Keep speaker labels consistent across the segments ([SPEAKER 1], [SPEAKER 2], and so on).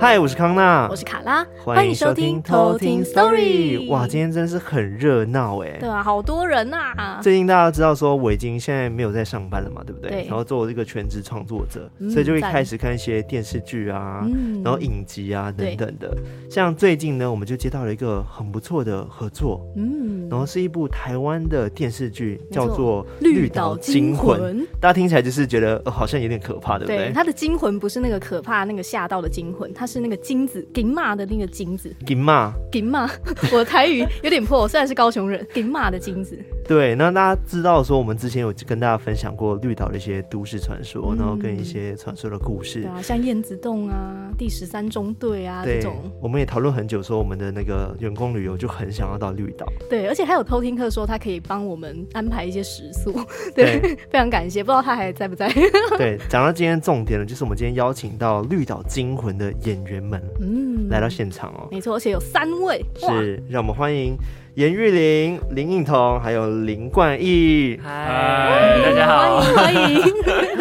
[SPEAKER 1] 嗨，我是康娜
[SPEAKER 2] 我，是卡拉，
[SPEAKER 1] 欢迎收听偷听 Story。哇，今天真的是很热闹哎
[SPEAKER 2] 对。啊，好多人呐、啊，
[SPEAKER 1] 最近大家都知道说我已经现在没有在上班了嘛，对不对？
[SPEAKER 2] 对
[SPEAKER 1] 然后作为一个全职创作者，
[SPEAKER 2] 嗯
[SPEAKER 1] 所以就会
[SPEAKER 2] 赞
[SPEAKER 1] 开始看一些电视剧啊，
[SPEAKER 2] 嗯
[SPEAKER 1] 然后影集啊等
[SPEAKER 2] 对
[SPEAKER 1] 等的。像最近呢，我们就接到了一个很不错的合作，
[SPEAKER 2] 嗯，
[SPEAKER 1] 然后是一部台湾的电视剧，
[SPEAKER 2] 没错
[SPEAKER 1] 叫做《
[SPEAKER 2] 绿岛
[SPEAKER 1] 惊
[SPEAKER 2] 惊
[SPEAKER 1] 魂》。
[SPEAKER 2] 魂，
[SPEAKER 1] 大家听起来就是觉得、呃好像有点可怕，对不
[SPEAKER 2] 对，
[SPEAKER 1] 对？
[SPEAKER 2] 它的惊魂不是那个可怕那个吓到的惊魂，它是那个金子金骂的那个金子
[SPEAKER 1] 金嘛，
[SPEAKER 2] 金骂，我的台语有点破，我虽然是高雄人，金骂的金子，
[SPEAKER 1] 对，那大家知道说，我们之前有跟大家分享过绿岛的一些都市传说，
[SPEAKER 2] 嗯
[SPEAKER 1] 然后跟一些传说的故事
[SPEAKER 2] 对。啊，像燕子洞啊、第十三中队啊这
[SPEAKER 1] 对
[SPEAKER 2] 种，，
[SPEAKER 1] 我们也讨论很久，说我们的那个员工旅游就很想要到绿岛。
[SPEAKER 2] 对，而且还有偷听客说他可以帮我们安排一些食宿， 对，非常感谢，不知道他还在 不在，
[SPEAKER 1] 对，讲到今天重点了，就是我们今天邀请到绿岛惊魂的演员们
[SPEAKER 2] 嗯，
[SPEAKER 1] 来到现场哦，
[SPEAKER 2] 没错，而且有三位，哇，
[SPEAKER 1] 是让我们欢迎严玉玲、林映彤还有林冠毅。
[SPEAKER 3] 嗨，大家好。
[SPEAKER 2] 欢迎欢迎，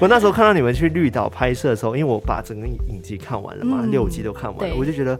[SPEAKER 1] 我那时候看到你们去绿岛拍摄的时候，因为我把整个影集看完了嘛，
[SPEAKER 2] 嗯
[SPEAKER 1] 六集都看完了，
[SPEAKER 2] 对
[SPEAKER 1] 我就觉得。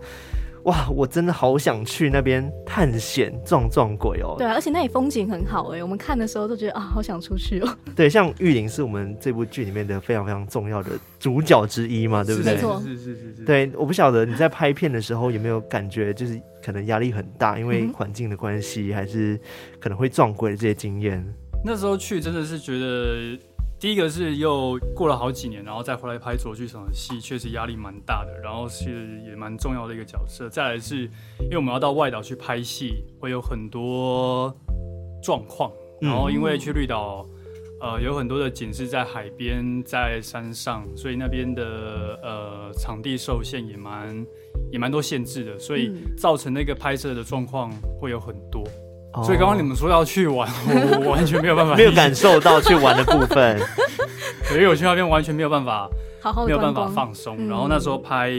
[SPEAKER 1] 哇，我真的好想去那边探险撞撞鬼哦！
[SPEAKER 2] 对啊，而且那里风景很好哎、我们看的时候都觉得啊，好想出去哦。
[SPEAKER 1] 对像玉林是我们这部剧里面的非常非常重要的主角之一嘛，对不对
[SPEAKER 2] 没？错
[SPEAKER 3] 是是是是。，
[SPEAKER 1] 对，我不晓得你在拍片的时候有没有感觉，就是可能压力很大，因为
[SPEAKER 2] 嗯哼
[SPEAKER 1] 环境的关系，还是可能会撞鬼的这些经验。
[SPEAKER 3] 那时候去真的是觉得，第一个是又过了好几年，然后再回来拍左剧场的戏，确实压力蛮大的，然后是也蛮重要的一个角色。再来是因为我们要到外岛去拍戏，会有很多状况，
[SPEAKER 1] 嗯
[SPEAKER 3] 然后因为去绿岛。呃，有很多的景是在海边，在山上，所以那边的呃场地受限也蛮也蛮多限制的，所以
[SPEAKER 2] 嗯
[SPEAKER 3] 造成那个拍摄的状况会有很多。 所以刚刚你
[SPEAKER 1] 们
[SPEAKER 3] 们说要去 玩，我我完全没有办法，
[SPEAKER 1] 哦没有感，受到去玩的部分，
[SPEAKER 3] 因为我去那边完全没有办法，
[SPEAKER 2] 好
[SPEAKER 1] 哦
[SPEAKER 2] 好
[SPEAKER 3] 没
[SPEAKER 2] 的
[SPEAKER 3] 有
[SPEAKER 2] 观
[SPEAKER 3] 办法
[SPEAKER 2] 光，
[SPEAKER 3] 放松。
[SPEAKER 2] 嗯
[SPEAKER 3] 然后那时候拍，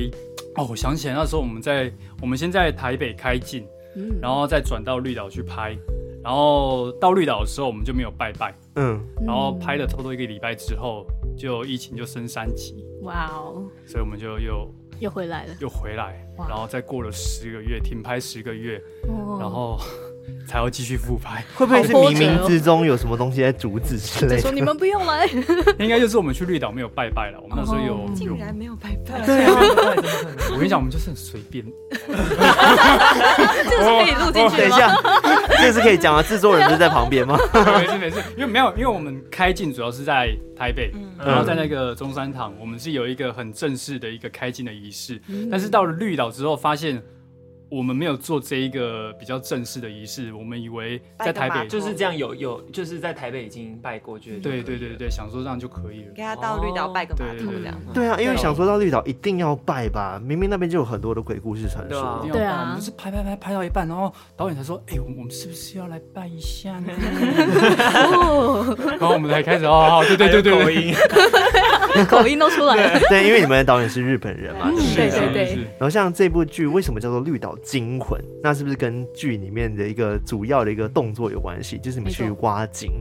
[SPEAKER 3] 哦，我想起来那时候我们在我们先在台北开镜，
[SPEAKER 2] 嗯
[SPEAKER 3] 然后再转到绿岛去拍，然后到绿岛的时候我们就没有拜拜，
[SPEAKER 1] 嗯，
[SPEAKER 3] 然后拍
[SPEAKER 2] 的，
[SPEAKER 3] 了差不多一个礼拜之后，就疫情就升三级，
[SPEAKER 2] 哇哦，
[SPEAKER 3] 所以我们就又
[SPEAKER 2] 又回来了，
[SPEAKER 3] 又回来，
[SPEAKER 2] 哇
[SPEAKER 3] 然后再过了十个
[SPEAKER 1] 哦
[SPEAKER 3] 月停拍十个月，
[SPEAKER 2] 哦
[SPEAKER 3] 然后 才要继续复拍。
[SPEAKER 1] 会不会是
[SPEAKER 2] 好波
[SPEAKER 1] 冥
[SPEAKER 2] 折
[SPEAKER 1] 冥
[SPEAKER 2] 哦
[SPEAKER 1] 之中有什么东西在阻止之
[SPEAKER 2] 就
[SPEAKER 1] 类
[SPEAKER 2] 说
[SPEAKER 1] 的？
[SPEAKER 2] 你们不用 来，
[SPEAKER 3] 应该就是我们去绿岛没有拜拜了，我们那时候有
[SPEAKER 2] 哦
[SPEAKER 3] 有
[SPEAKER 4] 竟然没有拜拜，
[SPEAKER 3] 对啊，我跟你讲，我们就是很随便。
[SPEAKER 2] 这个是可以录进
[SPEAKER 1] 等
[SPEAKER 2] 去
[SPEAKER 1] 一
[SPEAKER 2] 吗？
[SPEAKER 1] 下，这是可以讲啊，制作人不是在旁边吗？
[SPEAKER 3] 没事没事，因为没有，因为我们开镜主要是在台北，
[SPEAKER 4] 嗯
[SPEAKER 3] 然后在那个中山堂，我们是有一个很正式的一个开镜的仪式。
[SPEAKER 2] 嗯
[SPEAKER 3] 但是到了绿岛之后，发现我们没有做这一个比较正式的仪式，我们以为在
[SPEAKER 4] 拜
[SPEAKER 3] 台
[SPEAKER 4] 个
[SPEAKER 3] 北
[SPEAKER 4] 码
[SPEAKER 5] 就是这样有有就是在台北已经拜过去了，
[SPEAKER 3] 对对对对，想说这样就可以了。
[SPEAKER 4] 给他到绿岛拜个码头
[SPEAKER 3] 对
[SPEAKER 4] 这样。
[SPEAKER 1] 对啊，因为想说到绿岛一定要拜吧，明明那边就有很多的鬼故事传
[SPEAKER 5] 对啊
[SPEAKER 1] 说
[SPEAKER 3] 一。定要
[SPEAKER 2] 对
[SPEAKER 3] 拜
[SPEAKER 2] 啊
[SPEAKER 3] 我们就是拍拍拍拍到一半，然后导演才说：“哎、我们我们是不是要来拜一下呢？”
[SPEAKER 2] 哦，
[SPEAKER 3] 然后我们才开始哦，哦对对对对对，
[SPEAKER 5] 音，
[SPEAKER 2] 口音都出来了，
[SPEAKER 1] 对，因为你们的导演是日本人嘛，
[SPEAKER 2] 嗯
[SPEAKER 1] 对不对
[SPEAKER 2] 对对对
[SPEAKER 3] 是是
[SPEAKER 1] 然后像这部剧为什么叫做《绿岛惊魂》？那是不是跟剧里面的一个主要的一个动作有关系？就是你们去
[SPEAKER 2] 没
[SPEAKER 1] 挖金，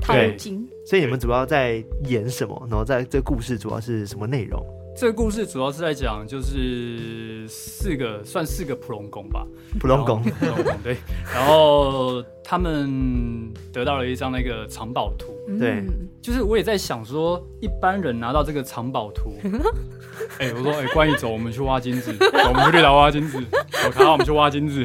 [SPEAKER 2] 套
[SPEAKER 3] 对
[SPEAKER 2] 金，
[SPEAKER 1] 所以你们主要在演什么？然后在这故事主要是什么内 容？
[SPEAKER 3] 这个故事主要是在讲，就是四个算四个普龙宫吧，
[SPEAKER 1] 普龙宫
[SPEAKER 3] 然后普龙宫对，然后他们得到了一张那个藏宝图，
[SPEAKER 1] 对
[SPEAKER 2] 嗯
[SPEAKER 3] 就是我也在想说，一般人拿到这个藏宝 图，哎、我说哎、关羽走，我们去挖金子，走我们去绿岛挖金子，走卡拉我们去挖金子，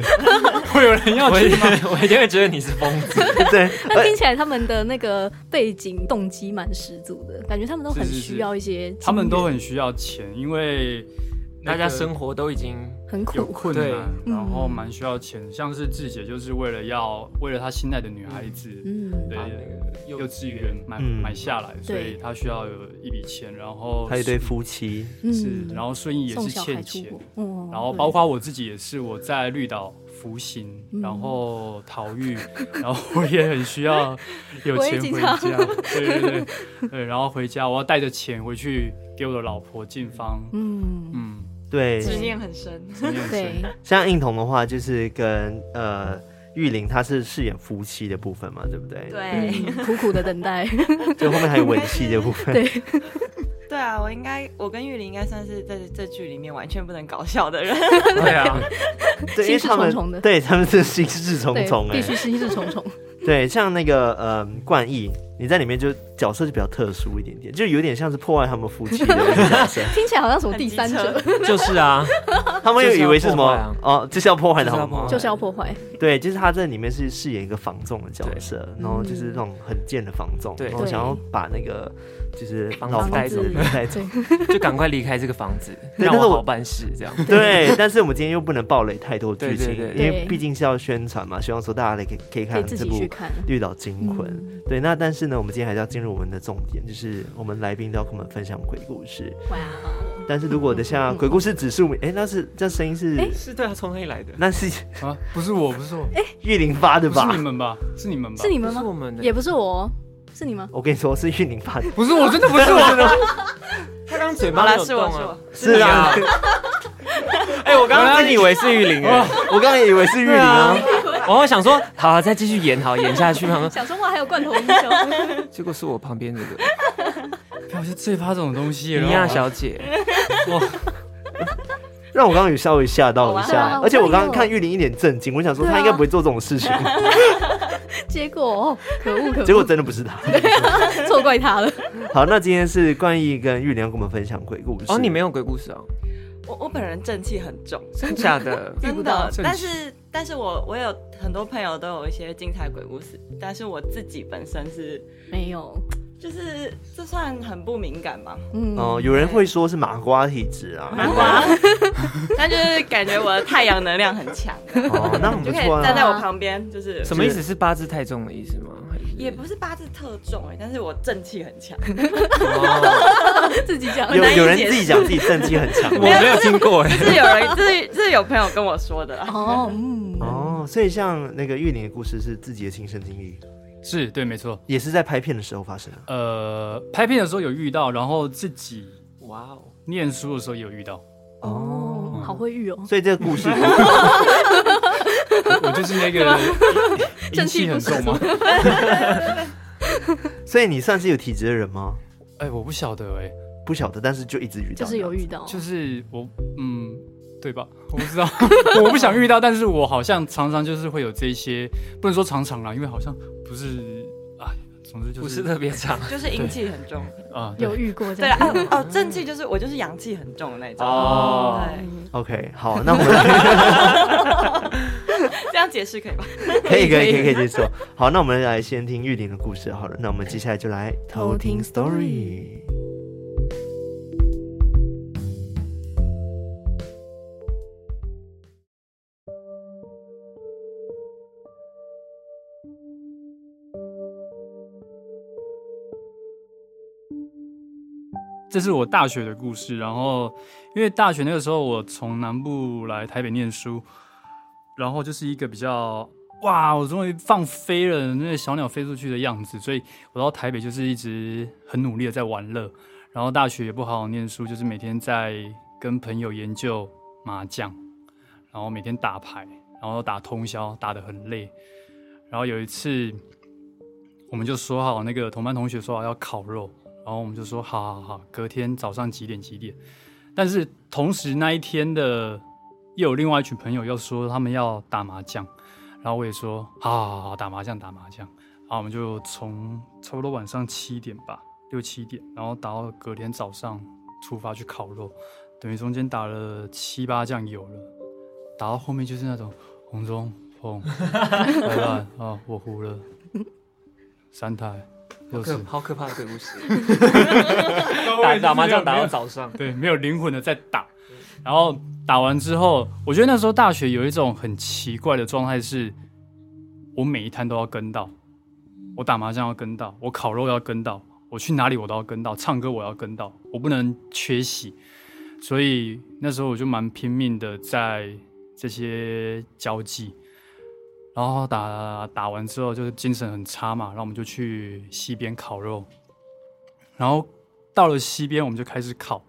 [SPEAKER 3] 会有人要
[SPEAKER 5] 我
[SPEAKER 3] 去
[SPEAKER 5] 一定
[SPEAKER 3] 吗？
[SPEAKER 5] 我一定会觉得你是疯子，
[SPEAKER 1] 对，
[SPEAKER 2] 那听起来他们的那个背景动机蛮十足的，感觉他们都很
[SPEAKER 3] 是是是
[SPEAKER 2] 需要一些金源，
[SPEAKER 3] 他们都很需要钱，因为那
[SPEAKER 5] 大
[SPEAKER 3] 个
[SPEAKER 5] 家生活都已经
[SPEAKER 2] 很
[SPEAKER 3] 有
[SPEAKER 2] 苦，
[SPEAKER 3] 困
[SPEAKER 5] 对啊
[SPEAKER 3] 难，
[SPEAKER 2] 嗯
[SPEAKER 3] 然后蛮需要钱，像是志姐就是为了要为了她心爱的女孩子，
[SPEAKER 2] 嗯，
[SPEAKER 3] 对
[SPEAKER 5] 把那个
[SPEAKER 3] 幼稚园买
[SPEAKER 1] 嗯
[SPEAKER 3] 买下来，所
[SPEAKER 2] 对
[SPEAKER 3] 以他需要有一笔钱，然后
[SPEAKER 1] 还有一对夫妻，
[SPEAKER 2] 嗯
[SPEAKER 3] 是，然后顺义也
[SPEAKER 2] 送
[SPEAKER 3] 是
[SPEAKER 2] 小孩
[SPEAKER 3] 欠
[SPEAKER 2] 出
[SPEAKER 3] 钱
[SPEAKER 2] 国，，哦
[SPEAKER 3] 然后
[SPEAKER 2] 对
[SPEAKER 3] 包括我自己也是，我在绿岛服刑，
[SPEAKER 2] 嗯
[SPEAKER 3] 然后逃狱，然后我也很需要有
[SPEAKER 2] 回
[SPEAKER 3] 钱回
[SPEAKER 2] 家
[SPEAKER 3] 家，对对对对，然后回家我要带着钱回去给我的老婆进方，
[SPEAKER 2] 嗯，
[SPEAKER 3] 嗯，
[SPEAKER 1] 对，
[SPEAKER 4] 执念很深，
[SPEAKER 3] 真的很
[SPEAKER 2] 对
[SPEAKER 3] 深，
[SPEAKER 1] 像映彤的话就是跟呃玉玲她是饰演夫妻的部分嘛，对不对？
[SPEAKER 4] 对
[SPEAKER 2] 嗯，苦苦的等待，
[SPEAKER 1] 就后面还有吻戏的部分。
[SPEAKER 2] 对
[SPEAKER 4] 对啊，我应该，我跟玉林应该算是在这剧里面完全不能搞笑的人。
[SPEAKER 5] 对啊，
[SPEAKER 1] 对，因为
[SPEAKER 2] 心事
[SPEAKER 1] 他们
[SPEAKER 2] 重重的
[SPEAKER 1] 对他们是心事重
[SPEAKER 2] 对
[SPEAKER 1] 重，哎、
[SPEAKER 2] 必须心事重重。
[SPEAKER 1] 对，像那个呃冠毅，你在里面就角色就比较特殊一点点，就有点像是破坏他们夫妻的那 个角色，
[SPEAKER 2] 听起来好像什么第三
[SPEAKER 4] 很
[SPEAKER 2] 者，
[SPEAKER 5] 就是啊，
[SPEAKER 1] 他们又以为是什么、
[SPEAKER 5] 就是要
[SPEAKER 1] 哦，就是要破坏的
[SPEAKER 5] 就是
[SPEAKER 1] 好
[SPEAKER 5] 要破
[SPEAKER 1] 吗
[SPEAKER 5] 坏？
[SPEAKER 2] 就是要破坏。
[SPEAKER 1] 对，就是他在里面是饰演一个房仲的角色，
[SPEAKER 2] 对
[SPEAKER 1] 然后就是那种很贱的房仲，
[SPEAKER 5] 对
[SPEAKER 1] 然后想要把那个就是
[SPEAKER 5] 房
[SPEAKER 1] 老
[SPEAKER 5] 子
[SPEAKER 1] 房
[SPEAKER 5] 带
[SPEAKER 1] 子
[SPEAKER 5] 走
[SPEAKER 1] 带走。
[SPEAKER 5] 就赶快离开这个房子，
[SPEAKER 1] 对
[SPEAKER 5] 让
[SPEAKER 1] 但是我
[SPEAKER 5] 我好办事这样。
[SPEAKER 1] 对，但是我们今天又不能暴雷太多剧情，
[SPEAKER 5] 对对
[SPEAKER 1] 因
[SPEAKER 5] 对
[SPEAKER 1] 为毕竟是要宣传嘛，希望说大家来可以可以
[SPEAKER 2] 可以
[SPEAKER 1] 看
[SPEAKER 2] 自
[SPEAKER 1] 这
[SPEAKER 2] 己
[SPEAKER 1] 部
[SPEAKER 2] 去
[SPEAKER 1] 《
[SPEAKER 2] 嗯看。
[SPEAKER 1] 绿岛惊魂》对，那但是呢，我们今天还是要进入我们的重点，就是我们来宾都要跟我们分享鬼故事。
[SPEAKER 2] 哇，哦
[SPEAKER 1] 但是如果等下鬼故事指数，哎、那是这声音是、
[SPEAKER 2] 嗯诶
[SPEAKER 5] 是对啊，从哪里来的？
[SPEAKER 1] 那是
[SPEAKER 3] 啊，不是我，不是我，
[SPEAKER 1] 玉林发的
[SPEAKER 3] 不是
[SPEAKER 1] 吧
[SPEAKER 3] 你？们吧？是你们吧？
[SPEAKER 2] 哎是你
[SPEAKER 5] 不
[SPEAKER 2] 们
[SPEAKER 5] 是
[SPEAKER 2] 吗？
[SPEAKER 5] 我们的，
[SPEAKER 2] 也不是我哦，是你吗？
[SPEAKER 1] 我跟你说是玉林发的，
[SPEAKER 3] 不是我，真的不是我。
[SPEAKER 5] 他刚嘴
[SPEAKER 4] 好
[SPEAKER 5] 巴
[SPEAKER 4] 啦，
[SPEAKER 5] 没有
[SPEAKER 4] 是我
[SPEAKER 5] 动
[SPEAKER 4] 是
[SPEAKER 5] 啊
[SPEAKER 4] 我。，
[SPEAKER 1] 是啊，
[SPEAKER 5] 哎，我刚刚真以为是玉玲，哎
[SPEAKER 1] 我刚刚也以为是玉
[SPEAKER 5] 对
[SPEAKER 1] 林
[SPEAKER 5] 啊
[SPEAKER 1] 啊。，
[SPEAKER 5] 我会想说，好啊，再继续演，好演下去。他说，
[SPEAKER 2] 想说哇，还有罐头英雄，
[SPEAKER 5] 结果是我旁边这个
[SPEAKER 3] 我就最怕这种东西了。
[SPEAKER 5] 米娅小姐，
[SPEAKER 1] 让我刚刚有稍微吓到一
[SPEAKER 2] 好
[SPEAKER 1] 下
[SPEAKER 2] 啊，
[SPEAKER 1] 而且我刚刚看玉林一脸震惊，我想说
[SPEAKER 2] 对啊
[SPEAKER 1] 他应该不会做这种事 情，
[SPEAKER 2] 结果哦，可恶可恶，
[SPEAKER 1] 结果真的不是他。
[SPEAKER 2] 错怪他了。
[SPEAKER 1] 好，那今天是冠毅跟玉林要跟我们分享鬼故事。
[SPEAKER 5] 哦，你没有鬼故事哦，
[SPEAKER 4] 我我本人正气很重，
[SPEAKER 5] 真假的？
[SPEAKER 4] 真
[SPEAKER 3] 到
[SPEAKER 4] 的
[SPEAKER 3] 正气。
[SPEAKER 4] 但是但是我我有很多朋友都有一些精彩鬼故事，但是我自己本身是
[SPEAKER 2] 没有，
[SPEAKER 4] 就是这算很不敏感 吧，
[SPEAKER 2] 嗯，
[SPEAKER 1] 哦，有人会说是麻瓜体质啊。
[SPEAKER 4] 但就是感觉我的太阳能量很 强，
[SPEAKER 1] 哦， 那很
[SPEAKER 4] 就
[SPEAKER 1] 不
[SPEAKER 4] 可以
[SPEAKER 1] 错
[SPEAKER 4] 站
[SPEAKER 1] 啊。
[SPEAKER 4] 在我旁边，就是
[SPEAKER 5] 什么意思？是八字太重的意思吗？还是
[SPEAKER 4] 也不是八字特重哎、但是我正气很强，
[SPEAKER 5] 哦
[SPEAKER 2] 自己讲，
[SPEAKER 1] 有
[SPEAKER 4] 难以
[SPEAKER 1] 有人
[SPEAKER 4] 解
[SPEAKER 1] 自
[SPEAKER 4] 释
[SPEAKER 1] 己讲自己正气很强
[SPEAKER 5] 我没有听过哎。
[SPEAKER 4] 这是有人， 这是这是有朋友跟我说的啦。
[SPEAKER 2] 哦，嗯，
[SPEAKER 1] 哦，所以像那个玉林的故事是自己的亲身经历，
[SPEAKER 3] 是对，没错。
[SPEAKER 1] 也是在拍片的时候发生的。
[SPEAKER 3] 呃，拍片的时候有遇到，然后自己
[SPEAKER 5] 哇哦，
[SPEAKER 3] 念书的时候也有 遇到。
[SPEAKER 2] 哦，好会遇哦，
[SPEAKER 1] 所以这个故事
[SPEAKER 3] 我就是那个阴
[SPEAKER 2] 正气
[SPEAKER 3] 气
[SPEAKER 2] 不
[SPEAKER 3] 很
[SPEAKER 2] 足
[SPEAKER 3] 重吗？
[SPEAKER 1] 所以你算是有体质的人吗？
[SPEAKER 3] 哎，我不晓得哎，
[SPEAKER 1] 不晓得，但是就一直遇到，
[SPEAKER 2] 就是有遇到，
[SPEAKER 3] 就是我，嗯，对吧？我不知道， 我不想遇到，但是我好像常常就是会有这些，不能说常常啦，因为好像不是，哎，总之就
[SPEAKER 5] 不是
[SPEAKER 3] 是
[SPEAKER 5] 特别长
[SPEAKER 6] 哦
[SPEAKER 4] 就是阴气很重，
[SPEAKER 3] 啊，对
[SPEAKER 2] 有遇过这
[SPEAKER 4] 对啊
[SPEAKER 2] 样，，
[SPEAKER 4] 哦哦，正气就是我就是阳气很重的那种。
[SPEAKER 5] 哦
[SPEAKER 2] 嗯
[SPEAKER 4] 对，
[SPEAKER 1] OK，好，那我们
[SPEAKER 4] 这样解释可以吧？
[SPEAKER 1] 可以可以可以可以接受。好，那我们来先听玉林的故事好了。那我们接下来就来
[SPEAKER 2] 偷听 story。
[SPEAKER 3] 这是我大学的故事。然后，因为大学那个时候我从南部来台北念书，然后就是一个比较哇，我终于放飞了那个小鸟飞出去的样子，所以我到台北就是一直很努力的在玩乐。然后大学也不好好念书，就是每天在跟朋友研究麻将，然后每天打牌，然后打通宵，打得很累。然后有一次，我们就说好，那个同班同学说好要烤肉，然后我们就说好好好，隔天早上几点几点。但是同时那一天的又有另外一群朋友又说他们要打麻将，然后我也说好好好好打麻将打麻将，然后我们就从差不多晚上七点吧，六七点，然后打到隔天早上出发去烤肉，等于中间打了七八酱油了，打到后面就是那种红中碰，来了啊，我胡了，三台
[SPEAKER 5] 好
[SPEAKER 3] 六十
[SPEAKER 5] 可。好可怕的鬼故 事，打打麻将打到早上，
[SPEAKER 3] 对，没有灵魂的在打。然后打完之后，我觉得那时候大学有一种很奇怪的状态是，我每一摊都要跟到，我打麻将要跟到，我烤肉要跟到，我去哪里我都要跟到，唱歌我要跟到，我不能缺席。所以那时候我就蛮拼命的在这些交际，然后打打完之后就是精神很差嘛，然后我们就去西边烤肉，然后到了西边我们就开始烤，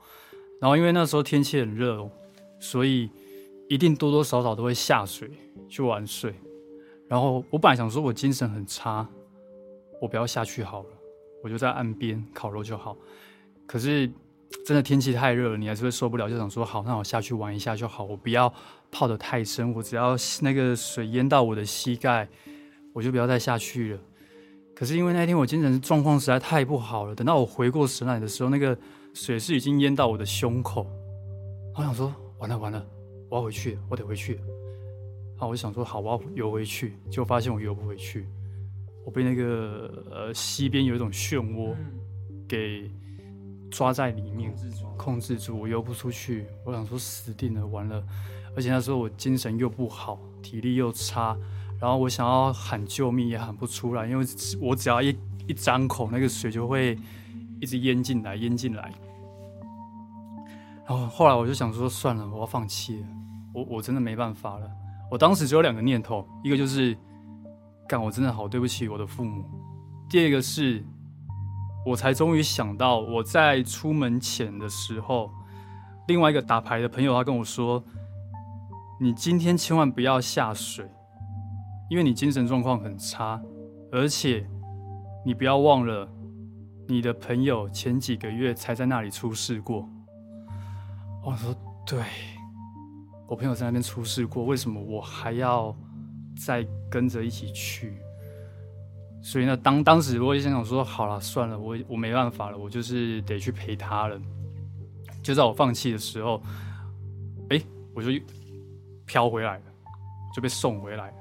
[SPEAKER 3] 然后因为那时候天气很热，所以一定多多少少都会下水去玩水。然后我本来想说我精神很差，我不要下去好了，我就在岸边烤肉就好。可是真的天气太热了，你还是会受不了，就想说好，那我下去玩一下就好，我不要泡得太深，我只要那个水淹到我的膝盖，我就不要再下去了。可是因为那天我精神状况实在太不好了，等到我回过神来的时候，那个水是已经淹到我的胸口。我想说，完了完了，我要回去，我得回去。好，我就想说，好，我要游回去，结果发现我游不回去，我被那个呃溪边有一种漩涡给抓在里面，嗯控制住，我游不出去。我想说死定了，完了。而且那时候我精神又不好，体力又差，然后我想要喊救命也喊不出来，因为我只要一一张口，那个水就会一直淹进来，淹进来。然后后来我就想说，算了，我要放弃了，我我真的没办法了。我当时只有两个念头，一个就是，干，我真的好对不起我的父母；第二个是，我才终于想到，我在出门前的时候，另外一个打牌的朋友他跟我说，你今天千万不要下水，因为你精神状况很差，而且你不要忘了，你的朋友前几个月才在那里出事过。我哦说对。我朋友在那边出事过，为什么我还要再跟着一起去？所以呢，当当时我也想想说，好了，算了，我我没办法了，我就是得去陪他了。就在我放弃的时候，哎、我就飘回来了，就被送回来了，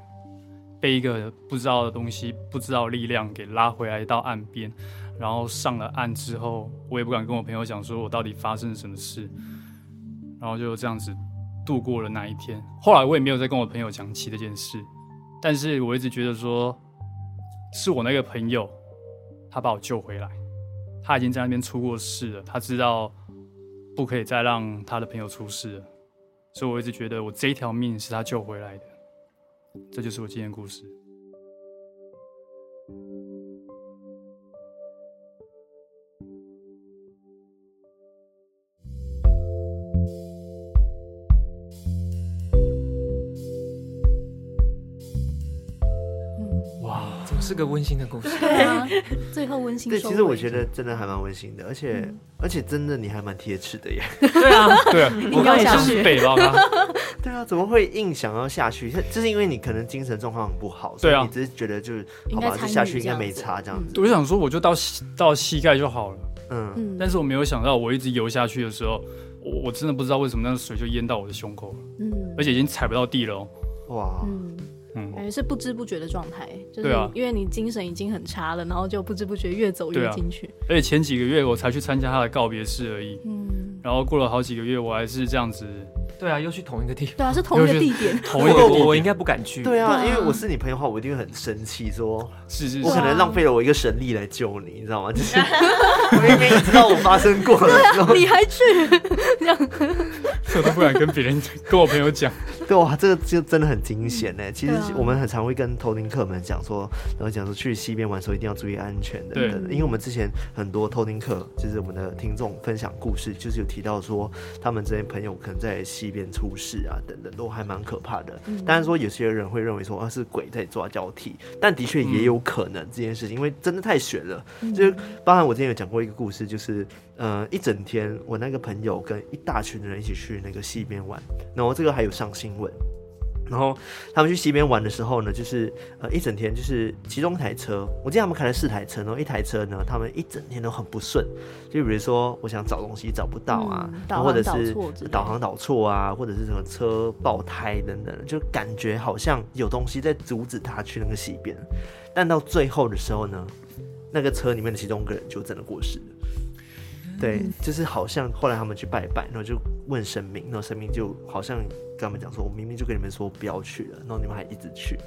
[SPEAKER 3] 被一个不知道的东西、不知道的力量给拉回来到岸边。然后上了岸之后，我也不敢跟我朋友讲说我到底发生了什么事，然后就这样子度过了那一天。后来我也没有再跟我朋友讲起这件事，但是我一直觉得说，是我那个朋友，他把我救回来，他已经在那边出过事了，他知道不可以再让他的朋友出事了，所以我一直觉得我这一条命是他救回来的。这就是我今天的故事。哇，
[SPEAKER 5] 怎么是个温馨的故事？
[SPEAKER 2] 对啊，最后温馨
[SPEAKER 1] 对，
[SPEAKER 2] 收
[SPEAKER 1] 其实我
[SPEAKER 2] 尾
[SPEAKER 1] 觉得真的还蛮温馨的，而且、
[SPEAKER 2] 嗯
[SPEAKER 1] 而且真的你还蛮铁齿的耶。
[SPEAKER 5] 对啊，
[SPEAKER 3] 对啊，我
[SPEAKER 2] 要
[SPEAKER 3] 刚
[SPEAKER 2] 下
[SPEAKER 3] 才
[SPEAKER 2] 去
[SPEAKER 3] 是北吧？
[SPEAKER 1] 对啊，怎么会硬想要下去？这这是因为你可能精神状况很不好，所
[SPEAKER 3] 对
[SPEAKER 1] 以
[SPEAKER 3] 啊
[SPEAKER 1] 你只是觉得就是
[SPEAKER 2] 应
[SPEAKER 1] 好
[SPEAKER 2] 该
[SPEAKER 1] 吧，就
[SPEAKER 2] 参与
[SPEAKER 1] 下去应
[SPEAKER 2] 这
[SPEAKER 1] 该
[SPEAKER 2] 样
[SPEAKER 1] 没
[SPEAKER 2] 子
[SPEAKER 1] 差这样子。
[SPEAKER 3] 我就想说，我就到膝到膝盖就好了。
[SPEAKER 1] 嗯，
[SPEAKER 2] 嗯，
[SPEAKER 3] 但是我没有想到，我一直游下去的时候，我我真的不知道为什么那个水就淹到我的胸口了，
[SPEAKER 2] 嗯
[SPEAKER 3] 而且已经踩不到地了、哦。
[SPEAKER 1] 哇，
[SPEAKER 2] 嗯，感
[SPEAKER 3] 嗯，
[SPEAKER 2] 觉是不知不觉的状态，就是
[SPEAKER 3] 对啊
[SPEAKER 2] 因为你精神已经很差了，然后就不知不觉越走
[SPEAKER 3] 对
[SPEAKER 2] 越
[SPEAKER 3] 啊
[SPEAKER 2] 进去。
[SPEAKER 3] 而且前几个月我才去参加他的告别式而已，
[SPEAKER 2] 嗯，
[SPEAKER 3] 然后过了好几个月，我还是这样子
[SPEAKER 5] 对啊，又去同一个地方。
[SPEAKER 2] 对啊，是同一个地 点。
[SPEAKER 3] 同一个地
[SPEAKER 5] 我我
[SPEAKER 3] 点，
[SPEAKER 5] 应该不敢去。
[SPEAKER 1] 对啊，
[SPEAKER 2] 对
[SPEAKER 1] 因
[SPEAKER 2] 啊
[SPEAKER 1] 为我是你朋友的话，我一定会很生气，说
[SPEAKER 3] 是是
[SPEAKER 1] 我可
[SPEAKER 2] 啊
[SPEAKER 3] 是，
[SPEAKER 1] 能浪费了我一个神力来救你，你知道吗？就是 我明明知道我发生过 了，然后
[SPEAKER 2] 你还去？
[SPEAKER 3] 我都不敢跟别人跟我朋友讲。
[SPEAKER 1] 对哇，这个就真的很惊险呢。其实
[SPEAKER 2] 对啊
[SPEAKER 1] 我们很常会跟偷听客们讲说，然后讲说去西边玩的时候一定要注意安全等等的，
[SPEAKER 2] 对
[SPEAKER 1] 因为我们之前很多偷听客，就是我们的听众分享故事，就是有提到说他们这些朋友可能在西边出事啊等等，都还蛮可怕的。
[SPEAKER 2] 嗯
[SPEAKER 1] 当然说有些人会认为说啊是鬼在抓交替，但的确
[SPEAKER 2] 嗯
[SPEAKER 1] 也有可能这件事情，因为真的太悬了。就是包含我之前有讲过一个故事，就是呃一整天我那个朋友跟一大群人一起去那个西边玩，然后这个还有上新闻。然后他们去西边玩的时候呢，就是呃一整天，就是其中一台车，我记得他们开了四台车，然后一台车呢，他们一整天都很不顺，就比如说我想找东西找不到啊，
[SPEAKER 2] 嗯
[SPEAKER 1] 然
[SPEAKER 2] 导
[SPEAKER 1] 后
[SPEAKER 2] 航
[SPEAKER 1] 或者
[SPEAKER 2] 导
[SPEAKER 1] 是
[SPEAKER 2] 错之类的
[SPEAKER 1] 导航导错啊，或者是什么车爆胎等等的，就感觉好像有东西在阻止他去那个西边，但到最后的时候呢，那个车里面的其中一个人就真的过世了。对，就是好像后来他们去拜拜，然后就问神明，然后神明就好像跟他们讲说，我明明就跟你们说不要去了，然后你们还一直去。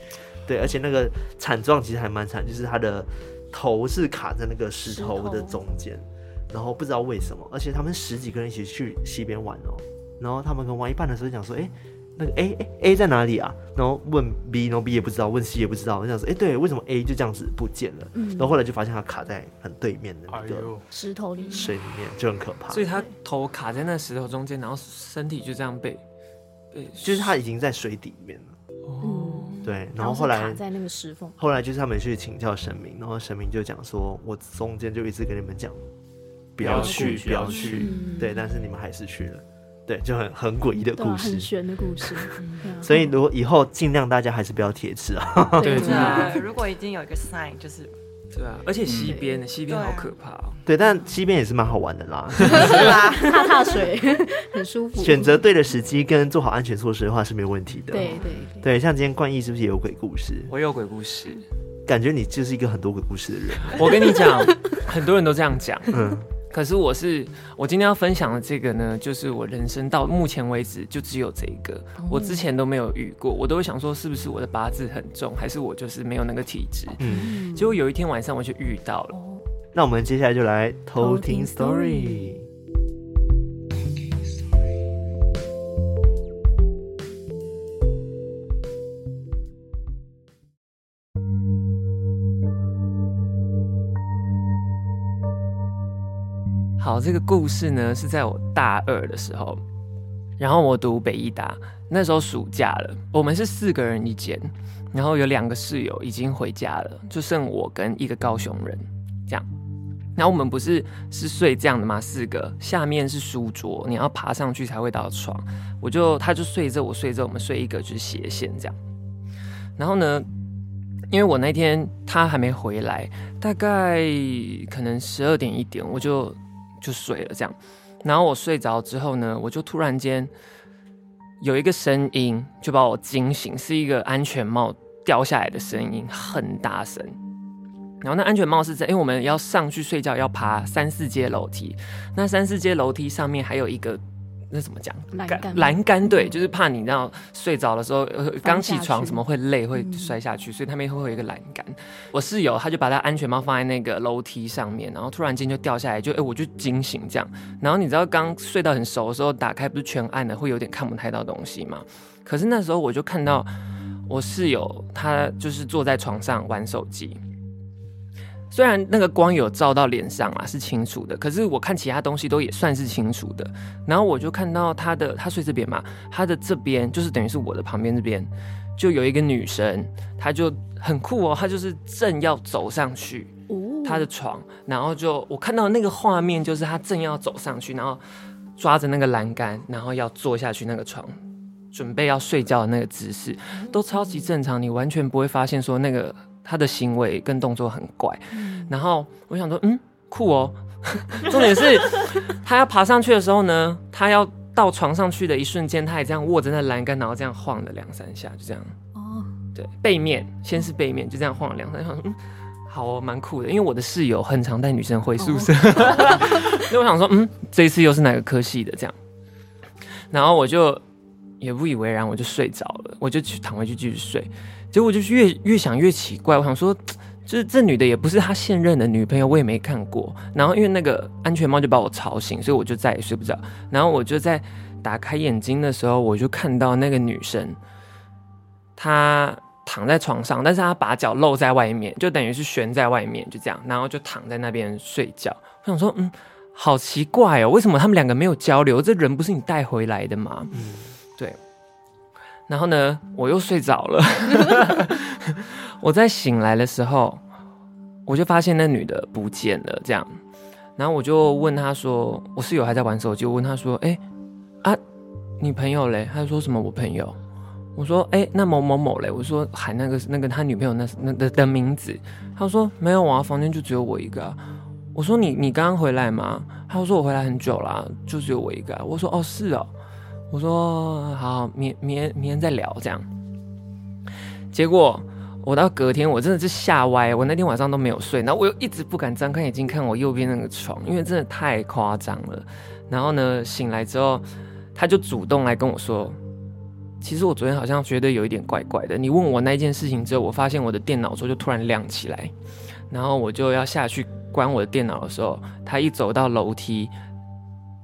[SPEAKER 1] 对，而且那个惨状其实还蛮惨，就是他的头是卡在那个石头的
[SPEAKER 2] 石头
[SPEAKER 1] 中间，然后不知道为什么，而且他们十几个人一起去西边玩哦，然后他们可能玩一半的时候就讲说，哎、那个 A A A 在哪里啊？然后问 B，然后 B 也不知道，问 C 也不知道，我就想说，哎、对，为什么 A 就这样子不见了？然后后来就发现它卡在很对面的那
[SPEAKER 3] 哎
[SPEAKER 1] 个
[SPEAKER 3] 呦，
[SPEAKER 2] 石头里面
[SPEAKER 1] 水里面，就很可怕。
[SPEAKER 5] 所以他头卡在那石头中间，然后身体就这样被被
[SPEAKER 1] 就是它已经在水底面了。
[SPEAKER 5] 哦，
[SPEAKER 2] 嗯
[SPEAKER 1] 对对，然后后来
[SPEAKER 2] 卡在那个石缝，
[SPEAKER 1] 后来就是他们去请教神明，然后神明就讲说，我中间就一直跟你们讲，不
[SPEAKER 3] 不
[SPEAKER 1] 要
[SPEAKER 3] 要
[SPEAKER 1] 去，
[SPEAKER 3] 去
[SPEAKER 1] 不要
[SPEAKER 3] 不要
[SPEAKER 1] 去
[SPEAKER 3] 去，
[SPEAKER 2] 嗯
[SPEAKER 1] 对，但是你们还是去了，对，就很很诡异的
[SPEAKER 2] 对啊，
[SPEAKER 1] 故
[SPEAKER 2] 很
[SPEAKER 1] 事。
[SPEAKER 2] 悬的故事，对啊
[SPEAKER 1] 所以如果以后尽量大家还是不要铁齿啊，
[SPEAKER 3] 对
[SPEAKER 2] 对
[SPEAKER 3] 真
[SPEAKER 4] 对啊
[SPEAKER 3] 的，
[SPEAKER 4] 如果已经有一个 sign，就是
[SPEAKER 5] 对啊，而且西边的西边
[SPEAKER 4] 对啊
[SPEAKER 5] 好可怕哦。
[SPEAKER 1] 对，但西边也是蛮好玩的啦。
[SPEAKER 2] 踏踏水很舒服，
[SPEAKER 1] 选择对的时机跟做好安全措施的话是没有问题的。
[SPEAKER 2] 对对对，
[SPEAKER 1] 对，像今天冠毅是不是也有鬼故事？
[SPEAKER 5] 我有鬼故事，
[SPEAKER 1] 感觉你就是一个很多鬼故事的人。
[SPEAKER 5] 我跟你 讲，很多人都这样讲。
[SPEAKER 1] 嗯，
[SPEAKER 5] 可是我是我今天要分享的这个呢，就是我人生到目前为止就只有这一个，我之前都没有遇过，我都会想说是不是我的八字很重，还是我就是没有那个体质。
[SPEAKER 1] 嗯，
[SPEAKER 5] 结果有一天晚上我就遇到了，
[SPEAKER 2] 哦
[SPEAKER 1] 那我们接下来就来偷
[SPEAKER 2] 偷
[SPEAKER 1] 听
[SPEAKER 2] 听
[SPEAKER 1] story。
[SPEAKER 5] 好，这个故事呢是在我大二的时候，然后我读北医大，那时候暑假了，我们是四个人一间，然后有两个室友已经回家了，就剩我跟一个高雄人这样。然后我们不是是睡这样的吗？四个，下面是书桌，你要爬上去才会到床。我就他就睡着，我睡着，我们睡一个就是斜线这样。然后呢，因为我那天他还没回来，大概可能十二点一点，我就就睡了这样。然后我睡着之后呢，我就突然间有一个声音就把我惊醒，是一个安全帽掉下来的声音，很大声。然后那安全帽是在，因为我们要上去睡觉要爬三四阶楼梯，那三四阶楼梯上面还有一个那怎么讲？
[SPEAKER 2] 栏
[SPEAKER 5] 杆
[SPEAKER 2] 杆嗯
[SPEAKER 5] 栏杆对，就是怕你那样睡着的时候，呃刚起
[SPEAKER 2] 下
[SPEAKER 5] 床
[SPEAKER 2] 去
[SPEAKER 5] 什么会累，会
[SPEAKER 2] 嗯
[SPEAKER 5] 摔下去，所以他们会有一个栏杆。我室友他就把他安全帽放在那个楼梯上面，然后突然间就掉下来，就哎、我就惊醒这样。然后你知道刚睡到很熟的时候，打开不是全暗的，会有点看不太到东西嘛。可是那时候我就看到我室友他就是坐在床上玩手机，虽然那个光有照到脸上啊是清楚的，可是我看其他东西都也算是清楚的。然后我就看到他的他睡这边嘛，他的这边就是等于是我的旁边这边。就有一个女生，她就很酷哦，她就是正要走上去，
[SPEAKER 2] 哦
[SPEAKER 5] 他的床，然后就我看到那个画面，就是他正要走上去，然后抓着那个栏杆，然后要坐下去那个床，准备要睡觉的那个姿势，都超级正常，你完全不会发现说那个他的行为跟动作很怪。然后我想说，嗯，酷哦。 重点是他要爬上去的时候呢，他要到床上去的一瞬间，他也这样握着那栏杆，然后这样晃了两三下，就这样。
[SPEAKER 2] 哦，
[SPEAKER 5] 对，背面先是背面，就这样晃了两三下，嗯，好哦，蛮酷的。因为我的室友很常带女生回宿舍， 所以我想说，嗯，这一次又是哪个科系的这样，然后我就也不以为然，我就睡着了，我就去躺回去继续睡。结果我就是越越想越奇怪，我想说，就是这女的也不是他现任的女朋友，我也没看过。然后因为那个安全帽就把我吵醒，所以我就再也睡不着。然后我就在打开眼睛的时候，我就看到那个女生，她躺在床上，但是她把脚露在外面，就等于是悬在外面，就这样，然后就躺在那边睡觉。我想说，嗯，好奇怪哦，为什么他们两个没有交流？这人不是你带回来的吗？对。然后呢，我又睡着了。我在醒来的时候，我就发现那女的不见了，这样。然后我就问她说，我室友还在玩手机，我问她说，哎、啊，你朋友嘞？她说什么我朋友？我说，哎、那某某某嘞？我说喊那个那个他女朋友那那的的名字。她说没有啊，房间就只有我一个啊、我说你你刚刚回来吗？她说我回来很久啦、就只有我一个啊、我说哦是哦，我说好，明明明天再聊这样。结果我到隔天，我真的是吓歪，我那天晚上都没有睡，然后我又一直不敢张开眼睛看我右边那个床，因为真的太夸张了。然后呢，醒来之后，他就主动来跟我说，其实我昨天好像觉得有一点怪怪的。你问我那件事情之后，我发现我的电脑桌就突然亮起来，然后我就要下去关我的电脑的时候，他一走到楼梯，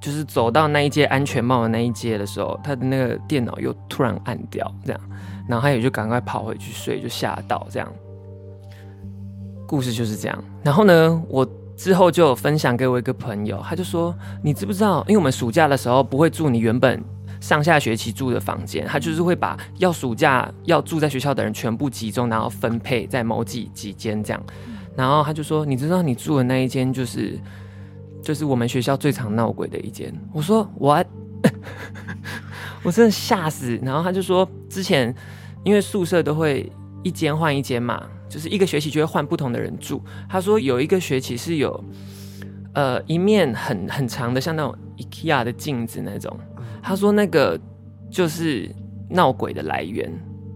[SPEAKER 5] 就是走到那一阶安全帽的那一阶的时候，他的那个电脑又突然按掉，这样，然后他也就赶快跑回去睡，就吓到这样。故事就是这样。然后呢，我之后就有分享给我一个朋友，他就说：“你知不知道？因为我们暑假的时候不会住你原本上下学期住的房间，他就是会把要暑假要住在学校的人全部集中，然后分配在某几几间这样。然后他就说：“你知道你住的那一间就是就是我们学校最常闹鬼的一间。”我说：“我 我真的吓死。”然后他就说：“之前因为宿舍都会一间换一间嘛，就是一个学期就会换不同的人住。”他说：“有一个学期是有呃一面很很长的，像那种 IKEA 的镜子那种。”他说：“那个就是闹鬼的来源。”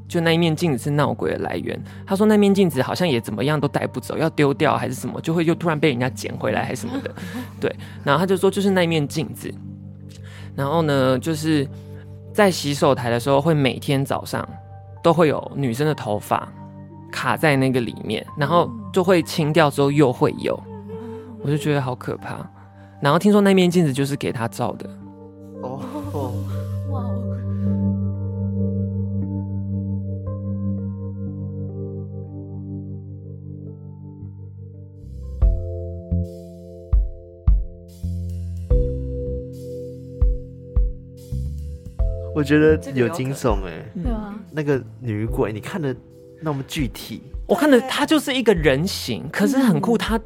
[SPEAKER 5] 就那一面镜子是闹鬼的来源。他说那面镜子好像也怎么样都带不走，要丢掉还是什么，就会又突然被人家捡回来还是什么的。对，然后他就说就是那一面镜子。然后呢，就是在洗手台的时候，会每天早上都会有女生的头发卡在那个里面，然后就会清掉之后又会有，我就觉得好可怕。然后听说那面镜子就是给他照的。
[SPEAKER 1] 哦哦，
[SPEAKER 2] 哇哦，
[SPEAKER 1] 我觉得
[SPEAKER 4] 这个
[SPEAKER 1] 有
[SPEAKER 4] 有
[SPEAKER 1] 惊
[SPEAKER 4] 可
[SPEAKER 1] 悚哎、欸，
[SPEAKER 2] 对啊，
[SPEAKER 1] 那个女鬼你看的那么具体，
[SPEAKER 5] 我看的他就是一个人形，可是很
[SPEAKER 2] 嗯
[SPEAKER 5] 酷，他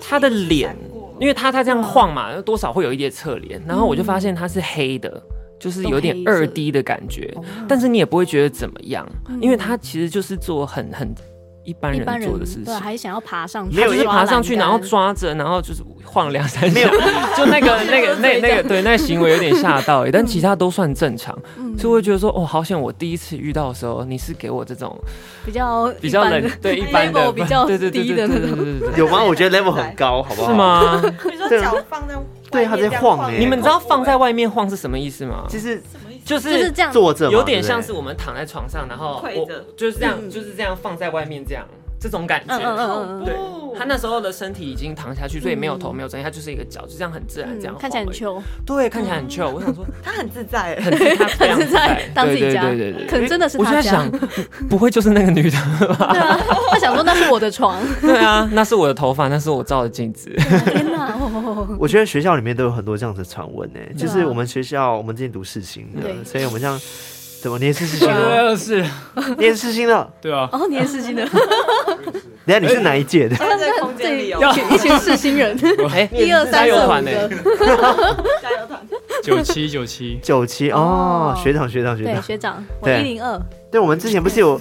[SPEAKER 5] 他的脸，因为他他这样晃
[SPEAKER 2] 嗯
[SPEAKER 5] 嘛，多少会有一点侧脸，然后我就发现他是黑的，就是有点
[SPEAKER 2] 都黑色
[SPEAKER 5] 二
[SPEAKER 2] 的
[SPEAKER 5] D 的感觉，
[SPEAKER 2] 哦
[SPEAKER 5] 但是你也不会觉得怎么样，
[SPEAKER 2] 嗯
[SPEAKER 5] 因为他其实就是做很很一般
[SPEAKER 2] 一
[SPEAKER 5] 人
[SPEAKER 2] 般人
[SPEAKER 5] 做的事
[SPEAKER 2] 对啊
[SPEAKER 5] 情。
[SPEAKER 2] 还想要爬上去，
[SPEAKER 5] 他就是爬上去，
[SPEAKER 2] 抓
[SPEAKER 5] 然
[SPEAKER 2] 栏
[SPEAKER 5] 后
[SPEAKER 2] 杆
[SPEAKER 5] 抓着，然后就是晃两三下，就那个那 个那那个对那个行为有点吓到、欸，但其他都算正常，
[SPEAKER 2] 嗯
[SPEAKER 5] 所以我会觉得说，哦，好险！我第一次遇到的时候，你是给我这种
[SPEAKER 2] 比较
[SPEAKER 5] 比较
[SPEAKER 2] 一般
[SPEAKER 5] 冷
[SPEAKER 2] 的，
[SPEAKER 5] 对一般
[SPEAKER 2] level
[SPEAKER 5] 的
[SPEAKER 2] 比较
[SPEAKER 5] 对对对
[SPEAKER 2] 低的
[SPEAKER 5] 对对
[SPEAKER 2] 那
[SPEAKER 5] 对
[SPEAKER 2] 种。
[SPEAKER 5] 对 对对
[SPEAKER 1] 有吗？我觉得 level 很高，好不好？
[SPEAKER 5] 是？吗？
[SPEAKER 6] 你说
[SPEAKER 1] 这
[SPEAKER 6] 脚放在外
[SPEAKER 1] 对他在
[SPEAKER 6] 面这样
[SPEAKER 1] 晃欸
[SPEAKER 5] 你们知道放在外面晃是什么意思吗？
[SPEAKER 1] 就是
[SPEAKER 6] 什么意思？
[SPEAKER 5] 就
[SPEAKER 2] 就是
[SPEAKER 5] 是
[SPEAKER 2] 这样，
[SPEAKER 1] 坐着嘛，
[SPEAKER 5] 有点像
[SPEAKER 1] 对
[SPEAKER 5] 是我们躺在床上，然后
[SPEAKER 4] 跪
[SPEAKER 5] 我
[SPEAKER 4] 着
[SPEAKER 5] 就是这样，
[SPEAKER 2] 嗯
[SPEAKER 5] 就是这样放在外面这样这种感
[SPEAKER 2] 嗯嗯
[SPEAKER 5] 觉。
[SPEAKER 2] 嗯嗯
[SPEAKER 5] 对，
[SPEAKER 4] 哦
[SPEAKER 5] 他那时候的身体已经躺下去，所以没有头，
[SPEAKER 2] 嗯
[SPEAKER 5] 没有身体，他就是一个脚，就这样很自然
[SPEAKER 2] 嗯，
[SPEAKER 5] 这样。
[SPEAKER 2] 看起来很。chill，
[SPEAKER 5] 对，看起来很 chill。我想说，
[SPEAKER 6] 他很自在欸，
[SPEAKER 5] 很自他非常
[SPEAKER 2] 很自在 当自己家
[SPEAKER 5] 对对对对对。
[SPEAKER 2] 可能真的是
[SPEAKER 5] 我就
[SPEAKER 2] 他
[SPEAKER 5] 在
[SPEAKER 2] 家
[SPEAKER 5] 想。，不会就是那个女的吧？
[SPEAKER 2] 对啊，他想说那是我的床，
[SPEAKER 5] 对啊，那是我的头发，那是我照的镜子。
[SPEAKER 2] 天哪！哦
[SPEAKER 1] 我觉得学校里面都有很多这样子的传闻呢，欸就是
[SPEAKER 2] 对啊
[SPEAKER 1] 我们学校我们之前读世新的，
[SPEAKER 2] 对
[SPEAKER 1] 所以我们像怎么你也是世新 的，
[SPEAKER 3] 对是，
[SPEAKER 1] 你也是世新的，
[SPEAKER 3] 对啊，
[SPEAKER 2] 哦，你也是新的，
[SPEAKER 1] 等一下你是哪一届的？
[SPEAKER 6] 他在空间里
[SPEAKER 4] 哦
[SPEAKER 6] 哦 有
[SPEAKER 2] 一群一群是新人，
[SPEAKER 5] 哎，
[SPEAKER 2] 一二
[SPEAKER 5] 加
[SPEAKER 2] 三四
[SPEAKER 5] 油
[SPEAKER 2] 五
[SPEAKER 5] 团呢？
[SPEAKER 2] 个，
[SPEAKER 6] 加油团，
[SPEAKER 3] 九七九七，
[SPEAKER 1] 九七哦，学长学长学
[SPEAKER 2] 对
[SPEAKER 1] 长，
[SPEAKER 2] 学长，我
[SPEAKER 1] 对
[SPEAKER 2] 一零二，
[SPEAKER 1] 对，我们之前不是有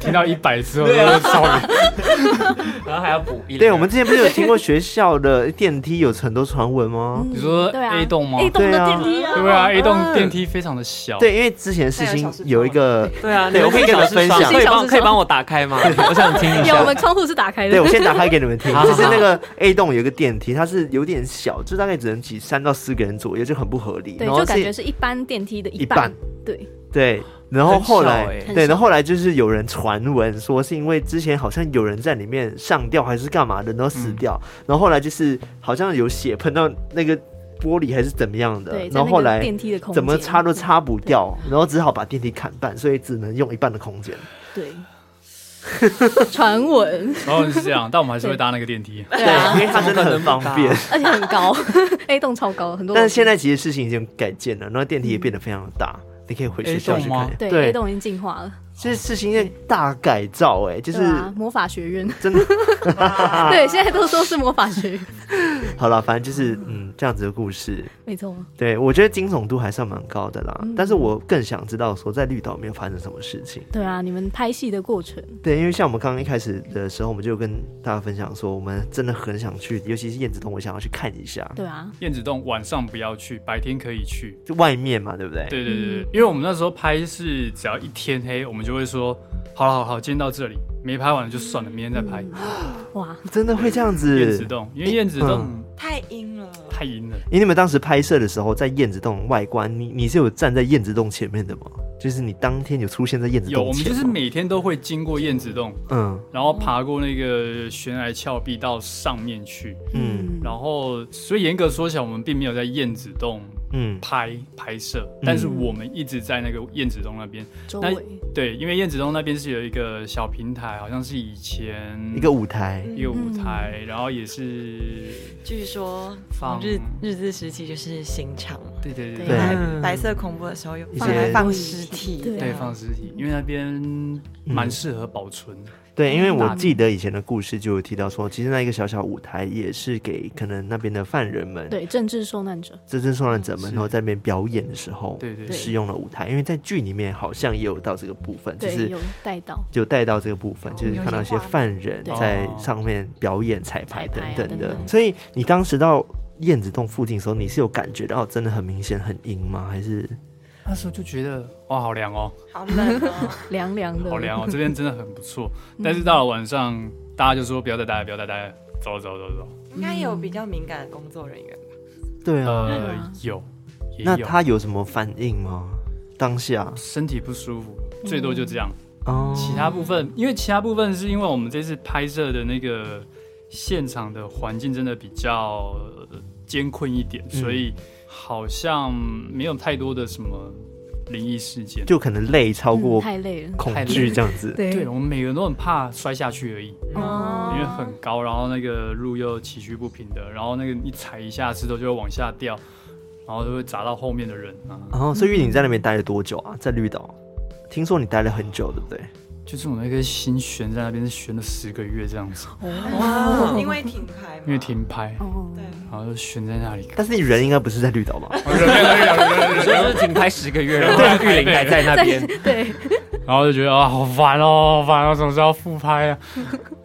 [SPEAKER 3] 听到一百之后都要超人，
[SPEAKER 5] 然后还要补一两个。
[SPEAKER 1] 对，我们之前不是有听过学校的电梯有很多传闻吗？
[SPEAKER 2] 嗯
[SPEAKER 3] 你说
[SPEAKER 2] 对啊
[SPEAKER 3] A 栋吗
[SPEAKER 2] A 栋
[SPEAKER 1] 对
[SPEAKER 2] 的
[SPEAKER 1] 啊
[SPEAKER 2] 电梯啊，
[SPEAKER 3] 对啊，A 栋电梯非常的小，
[SPEAKER 1] 对，因为之前世新有一个，
[SPEAKER 5] 对啊，
[SPEAKER 1] 对
[SPEAKER 5] 你们可以
[SPEAKER 1] 我可以
[SPEAKER 5] 跟
[SPEAKER 1] 跟
[SPEAKER 5] 我
[SPEAKER 1] 你分
[SPEAKER 5] 分
[SPEAKER 1] 享
[SPEAKER 5] 享，可以
[SPEAKER 2] 小时
[SPEAKER 5] 帮
[SPEAKER 2] 候
[SPEAKER 5] 可以帮我打开 吗？我想听一
[SPEAKER 3] 啊
[SPEAKER 2] 有我
[SPEAKER 5] 下。
[SPEAKER 2] 们窗户是打开的，
[SPEAKER 1] 对我先打开给你们听，
[SPEAKER 5] 好好
[SPEAKER 1] 就
[SPEAKER 5] 好
[SPEAKER 1] 是那个 A 栋有一个电梯，它是有点小，就大概只能挤三到四个人左右，就很不合理。
[SPEAKER 2] 对，
[SPEAKER 1] 然后
[SPEAKER 2] 就感觉
[SPEAKER 1] 是
[SPEAKER 2] 是一般电梯的一
[SPEAKER 1] 一半
[SPEAKER 2] 半，对，
[SPEAKER 1] 对，然后
[SPEAKER 5] 很
[SPEAKER 1] 后
[SPEAKER 5] 少
[SPEAKER 1] 来、
[SPEAKER 5] 欸
[SPEAKER 2] 很
[SPEAKER 1] 对，
[SPEAKER 2] 少
[SPEAKER 1] 然后后来就是有人传闻说是因为之前好像有人在里面上吊还是干嘛的，然后死掉，
[SPEAKER 5] 嗯
[SPEAKER 1] 然后后来就是好像有血喷到那个玻璃还是怎么样的
[SPEAKER 2] 对，，
[SPEAKER 1] 然
[SPEAKER 2] 在
[SPEAKER 1] 后后
[SPEAKER 2] 那个
[SPEAKER 1] 来
[SPEAKER 2] 电梯的空间
[SPEAKER 1] 怎么擦都擦不掉，然后只好把电梯砍半，所以只能用一半的空间。
[SPEAKER 2] 对。 传 闻，
[SPEAKER 3] 然后是这样，但我们还是会搭那个电梯。
[SPEAKER 2] 对啊，
[SPEAKER 1] 因为它真的很方便。
[SPEAKER 2] 而且很高 ，A 栋超高，很多楼梯。嗯
[SPEAKER 1] 但是现在其实事情已经改建了，然后电梯也变得非常大，你可以回学校去
[SPEAKER 3] A 栋
[SPEAKER 1] 看
[SPEAKER 3] 吗。
[SPEAKER 2] 对 A 栋已经进化了，
[SPEAKER 1] 这事情在大改造、哎，就是啊
[SPEAKER 2] 对啊，魔法学院，
[SPEAKER 1] 真的、
[SPEAKER 2] 对，现在都说是魔法学院，
[SPEAKER 1] 好了，反正就是嗯这样子的故事。
[SPEAKER 2] 没错。
[SPEAKER 1] 对我觉得惊悚度还算蛮高的
[SPEAKER 2] 嗯
[SPEAKER 1] 啦，但是我更想知道说在绿岛没有发生什么事情。
[SPEAKER 2] 对啊，你们拍戏的过程，
[SPEAKER 1] 对，因为像我们刚刚一开始的时候，我们就跟大家分享说，我们真的很想去，尤其是燕子洞，我想要去看一下，
[SPEAKER 2] 对啊，
[SPEAKER 3] 燕子洞晚上不要去，白天可以去。
[SPEAKER 1] 就外面嘛，对不对？
[SPEAKER 3] 对对对，对因为我们那时候拍是只要一天黑，我们就会说，好了好了好，今天到这里，没拍完就算了，明天再拍。
[SPEAKER 1] 嗯
[SPEAKER 2] 哇，
[SPEAKER 1] 真的会这样
[SPEAKER 3] 燕子
[SPEAKER 1] 子。
[SPEAKER 3] 洞，因为燕子洞
[SPEAKER 6] 太阴了，
[SPEAKER 3] 太阴了，
[SPEAKER 1] 因为你们当时拍摄的时候，在燕子洞外观，你你是有站在燕子洞前面的吗？就是你当天有出现在燕子
[SPEAKER 3] 有我
[SPEAKER 1] 洞
[SPEAKER 3] 们
[SPEAKER 1] 前
[SPEAKER 3] 就是
[SPEAKER 1] 吗？
[SPEAKER 3] 每天都会经过燕子洞，
[SPEAKER 1] 嗯
[SPEAKER 3] 然后爬过那个悬崖峭壁到上面去，
[SPEAKER 1] 嗯
[SPEAKER 2] 嗯，
[SPEAKER 3] 然后所以严格说起来，我们并没有在燕子洞
[SPEAKER 1] 嗯，
[SPEAKER 3] 拍拍摄，但是我们一直在那个燕子洞那边。
[SPEAKER 2] 周
[SPEAKER 3] 那
[SPEAKER 2] 围，
[SPEAKER 3] 对，因为燕子洞那边是有一个小平台，好像是以前
[SPEAKER 1] 一个舞台，
[SPEAKER 3] 一个舞台，然后也是
[SPEAKER 6] 据说
[SPEAKER 3] 放
[SPEAKER 6] 日日治时期就是刑场嘛，
[SPEAKER 3] 对对对
[SPEAKER 2] 对
[SPEAKER 1] 对
[SPEAKER 5] 嗯
[SPEAKER 6] 白色恐怖的时候有
[SPEAKER 1] 一
[SPEAKER 6] 放
[SPEAKER 1] 些
[SPEAKER 6] 放尸体，
[SPEAKER 2] 对
[SPEAKER 3] 对，
[SPEAKER 2] 啊
[SPEAKER 3] 放尸体，因为那边蛮适合保存的。
[SPEAKER 1] 对，因为我
[SPEAKER 3] 那
[SPEAKER 1] 记得以前的故事就有提到说，其实那一个小小舞台也是给可能那边的犯人们，
[SPEAKER 2] 对政治受难者，
[SPEAKER 1] 这是受难者们，
[SPEAKER 3] 是
[SPEAKER 1] 然后在那边表演的时候，
[SPEAKER 3] 对对
[SPEAKER 1] 使用了舞台，因为在剧里面好像也有到这个部分，就
[SPEAKER 2] 对
[SPEAKER 1] 是
[SPEAKER 2] 有带到
[SPEAKER 1] 就带到这个部
[SPEAKER 3] 哦
[SPEAKER 1] 分，就是
[SPEAKER 6] 有一些
[SPEAKER 1] 看到一些
[SPEAKER 6] 画面
[SPEAKER 1] 犯人
[SPEAKER 2] 对
[SPEAKER 1] 在上面表演彩排
[SPEAKER 2] 彩
[SPEAKER 1] 等
[SPEAKER 2] 排啊
[SPEAKER 1] 等的
[SPEAKER 2] 等，等
[SPEAKER 1] 所以你当时到燕子洞附近的时候，你是有感觉到哦真的很明显很阴吗？还是
[SPEAKER 3] 那时候就觉得哇，好凉哦，
[SPEAKER 6] 好冷哦，
[SPEAKER 2] 凉凉的，嗯
[SPEAKER 3] 好凉哦，这边真的很不错。但是到了晚上，大家就说不要再待了，不要再待了，走走走走。
[SPEAKER 6] 应该有比较敏感的工作人员吧。
[SPEAKER 1] 对啊？
[SPEAKER 3] 呃，有，也
[SPEAKER 1] 那
[SPEAKER 3] 有
[SPEAKER 1] 他有什么反应吗？当下
[SPEAKER 3] 身体不舒服，最多就这样。
[SPEAKER 1] 哦，
[SPEAKER 3] 其他部分，因为其他部分是因为我们这次拍摄的那个现场的环境真的比较呃艰困一点，所以
[SPEAKER 2] 嗯
[SPEAKER 3] 好像没有太多的什么灵异事件。
[SPEAKER 1] 就可能累超
[SPEAKER 2] 嗯
[SPEAKER 1] 过
[SPEAKER 2] 太累了，
[SPEAKER 1] 恐
[SPEAKER 3] 太累
[SPEAKER 1] 惧
[SPEAKER 3] 了
[SPEAKER 1] 这样子，
[SPEAKER 2] 对
[SPEAKER 3] 对我们每个人都很怕摔下去而已，
[SPEAKER 2] 哦
[SPEAKER 3] 因为很高，然后那个路又崎岖不平的，然后那个你踩一下石头就会往下掉，然后就会砸到后面的人啊。
[SPEAKER 2] 嗯
[SPEAKER 1] 然哦后，所以玉你在那边待了多久啊？在绿岛，听说你待了很久，对不对？
[SPEAKER 3] 就是我那个心悬在那边，悬了十个月这样子，
[SPEAKER 6] 哇，因为停拍嘛，
[SPEAKER 3] 因为停拍，
[SPEAKER 2] 哦，
[SPEAKER 6] 对，
[SPEAKER 3] 然后就悬在那里。
[SPEAKER 1] 但是你人应该不是在绿岛 吧？
[SPEAKER 5] 你说就是停拍十个 月，然后玉玲还在那边，
[SPEAKER 2] 对，
[SPEAKER 3] 然后就觉得啊，好烦哦，好烦哦，总是要复拍啊。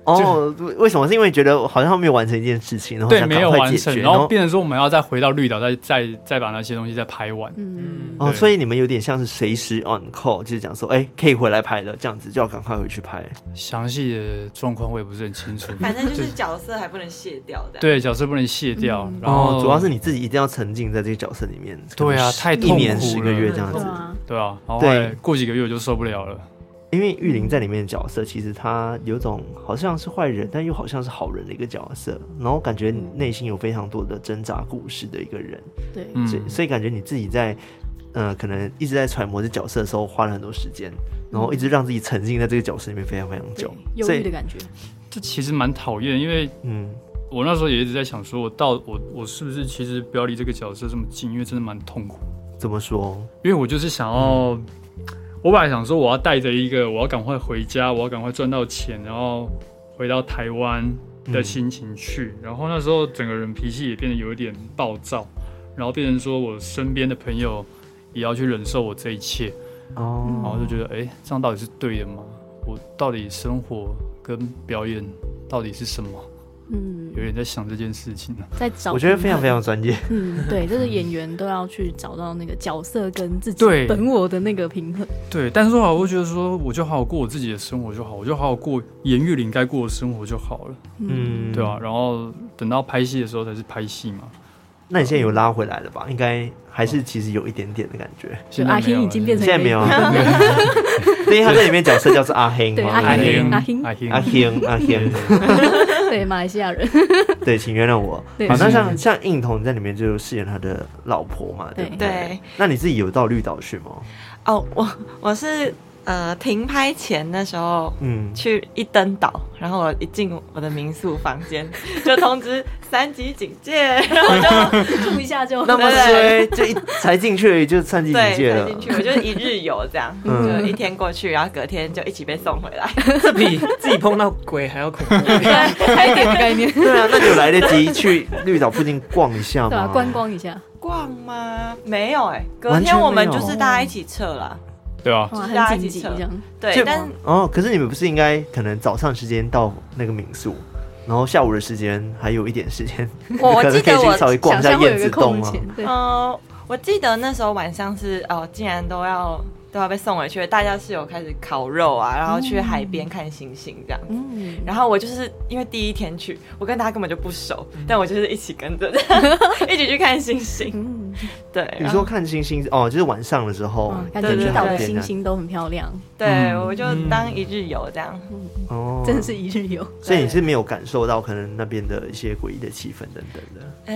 [SPEAKER 1] 哦，为什么？是因为觉得好像没有完成一件事情，然后
[SPEAKER 3] 对，
[SPEAKER 1] 想
[SPEAKER 3] 没
[SPEAKER 1] 赶
[SPEAKER 3] 有
[SPEAKER 1] 快
[SPEAKER 3] 完
[SPEAKER 1] 解
[SPEAKER 3] 成，
[SPEAKER 1] 决，
[SPEAKER 3] 然后变成说我们要再回到绿岛，再再再把那些东西再拍完。
[SPEAKER 2] 嗯，
[SPEAKER 1] 哦，
[SPEAKER 3] 对
[SPEAKER 1] 所以你们有点像是随时 on call，就是讲说，哎、可以回来拍了，这样子就要赶快回去拍。
[SPEAKER 3] 详细的状况我也不是很清楚，
[SPEAKER 6] 反正就是嗯角色还不能卸掉的。，
[SPEAKER 3] 对角色不能卸掉，然
[SPEAKER 1] 哦
[SPEAKER 3] 后，
[SPEAKER 1] 主要是你自己一定要沉浸在这个角色里面。
[SPEAKER 3] 对啊
[SPEAKER 1] 可能
[SPEAKER 3] 太
[SPEAKER 1] 一年
[SPEAKER 3] 痛苦
[SPEAKER 1] 十
[SPEAKER 3] 了
[SPEAKER 1] 个月这样
[SPEAKER 2] 对
[SPEAKER 1] 子。
[SPEAKER 2] 啊，
[SPEAKER 3] 对啊，然后
[SPEAKER 1] 对
[SPEAKER 3] 后来过几个月我就受不了了。
[SPEAKER 1] 因为玉玲在里面的角色，其实她有种好像是坏人，但又好像是好人的一个角色，然后感觉你内心有非常多的挣扎故事的一个人。
[SPEAKER 2] 对，
[SPEAKER 3] 嗯，
[SPEAKER 1] 所以所以感觉你自己在，呃，可能一直在揣摩这角色的时候，花了很多时间，然后一直让自己沉浸在这个角色里面非常非常
[SPEAKER 2] 对
[SPEAKER 1] 久，
[SPEAKER 2] 忧
[SPEAKER 1] 所
[SPEAKER 2] 郁的
[SPEAKER 1] 以
[SPEAKER 2] 感觉，
[SPEAKER 3] 这其实蛮讨厌，因为
[SPEAKER 1] 嗯，
[SPEAKER 3] 我那时候也一直在想，说我到我我是不是其实不要离这个角色这么近，因为真的蛮痛苦。
[SPEAKER 1] 怎么说？
[SPEAKER 3] 因为我就是想要，我本来想说我要带着一个我要赶快回家，我要赶快赚到钱，然后回到台湾的心情去。然后那时候整个人脾气也变得有一点暴躁，然后变成说我身边的朋友也要去忍受我这一切，
[SPEAKER 2] 嗯
[SPEAKER 3] 然
[SPEAKER 1] 哦，
[SPEAKER 3] 后就觉得哎、诶这样到底是对的吗？我到底生活跟表演到底是什么？
[SPEAKER 2] 嗯
[SPEAKER 3] 有，点在想这件事情呢、
[SPEAKER 2] 在找，
[SPEAKER 1] 我觉得非常非，常专业，
[SPEAKER 2] 嗯， 对，这是演员都要去找到那个角色跟自己
[SPEAKER 3] 对
[SPEAKER 2] 本我的那个平衡，
[SPEAKER 3] 对，但是说好，我觉得说我就好好过我自己的生活就好，我就好好过严玉玲该过的生活就好了。
[SPEAKER 1] 嗯，
[SPEAKER 3] 对啊，然后等到拍戏的时候才是拍戏嘛。
[SPEAKER 1] 那你现在有拉回来了吧？应该还是其实有一点点的感觉，
[SPEAKER 2] 就
[SPEAKER 3] 现在
[SPEAKER 2] 阿
[SPEAKER 3] 没有
[SPEAKER 2] 星
[SPEAKER 3] 了
[SPEAKER 2] 已经变成
[SPEAKER 1] 现在没有，啊 所以他在里面角色叫是阿黑
[SPEAKER 2] 对
[SPEAKER 1] 吗？
[SPEAKER 2] 阿
[SPEAKER 3] 阿
[SPEAKER 2] 黑
[SPEAKER 3] 英
[SPEAKER 2] 阿英
[SPEAKER 3] 阿英
[SPEAKER 1] 阿黑，阿黑，嗯
[SPEAKER 2] 对马来西 亚人，
[SPEAKER 1] 对，请原谅我。
[SPEAKER 2] 对
[SPEAKER 1] 好，那像像应彤你在里面就饰演他的老婆嘛，对不
[SPEAKER 2] 对
[SPEAKER 6] 对
[SPEAKER 1] 那你自己有到绿岛去吗？
[SPEAKER 6] 哦，我我是呃停拍前那时候
[SPEAKER 1] 嗯，
[SPEAKER 6] 去一登岛，然后我一进我的民宿房间就通知三级警 戒，然后
[SPEAKER 2] 住一下就
[SPEAKER 1] 那么 衰，就一才进去就三级警戒
[SPEAKER 6] 对
[SPEAKER 1] 了
[SPEAKER 6] 才。进去，我就一日游这样，
[SPEAKER 1] 嗯
[SPEAKER 6] 就一天过去，然后隔天就一起被送回来。
[SPEAKER 5] 这比自己碰到鬼还要恐 怖。
[SPEAKER 2] 开点的概念，
[SPEAKER 1] 对啊，那你有来得及去绿岛附近逛一下吗？
[SPEAKER 2] 对吧？观。光一下，
[SPEAKER 6] 逛吗？没有哎、隔
[SPEAKER 1] 完全
[SPEAKER 6] 天
[SPEAKER 1] 没有
[SPEAKER 6] 我们就是大家一起撤了，
[SPEAKER 3] 对啊，
[SPEAKER 2] 哇，
[SPEAKER 6] 就是大家
[SPEAKER 2] 很紧
[SPEAKER 6] 一起
[SPEAKER 2] 急
[SPEAKER 6] 撤
[SPEAKER 2] 这样，
[SPEAKER 6] 对，但
[SPEAKER 1] 哦，可是你们不是应该可能早上时间到那个民宿，然后下午的时间还有一点时 间，
[SPEAKER 6] 我我
[SPEAKER 1] 可能
[SPEAKER 6] 记
[SPEAKER 1] 可以
[SPEAKER 6] 得我
[SPEAKER 1] 去稍微逛
[SPEAKER 2] 想
[SPEAKER 1] 一下
[SPEAKER 2] 象会有
[SPEAKER 1] 燕
[SPEAKER 2] 一
[SPEAKER 1] 子
[SPEAKER 2] 个
[SPEAKER 1] 洞啊
[SPEAKER 2] 空
[SPEAKER 1] 吗？
[SPEAKER 2] 间，对，
[SPEAKER 6] 呃，我记得那时候晚上是哦，竟然都要都要被送回去，大家是有开始烤肉啊，然后去海边看星星这样。
[SPEAKER 2] 嗯，
[SPEAKER 6] 然后我就是因为第一天去，我跟大家根本就不熟，
[SPEAKER 1] 嗯
[SPEAKER 6] 但我就是一起跟着， 一起去看 星星。
[SPEAKER 2] 嗯，
[SPEAKER 6] 对，
[SPEAKER 1] 你
[SPEAKER 6] 然
[SPEAKER 1] 说
[SPEAKER 6] 后
[SPEAKER 1] 看星星哦，就是晚上的时候
[SPEAKER 2] 哦哇，感觉
[SPEAKER 1] 感
[SPEAKER 2] 绿
[SPEAKER 1] 觉
[SPEAKER 2] 岛
[SPEAKER 1] 好
[SPEAKER 2] 的
[SPEAKER 1] 一
[SPEAKER 2] 星
[SPEAKER 1] 点
[SPEAKER 2] 星都很漂亮，
[SPEAKER 6] 对，
[SPEAKER 3] 嗯
[SPEAKER 6] 我就当一日游这样。
[SPEAKER 1] 哦，
[SPEAKER 2] 真的是。一日游，
[SPEAKER 1] 所以你是没有感受到可能那边的一些诡异的气氛等等的，
[SPEAKER 6] 哎，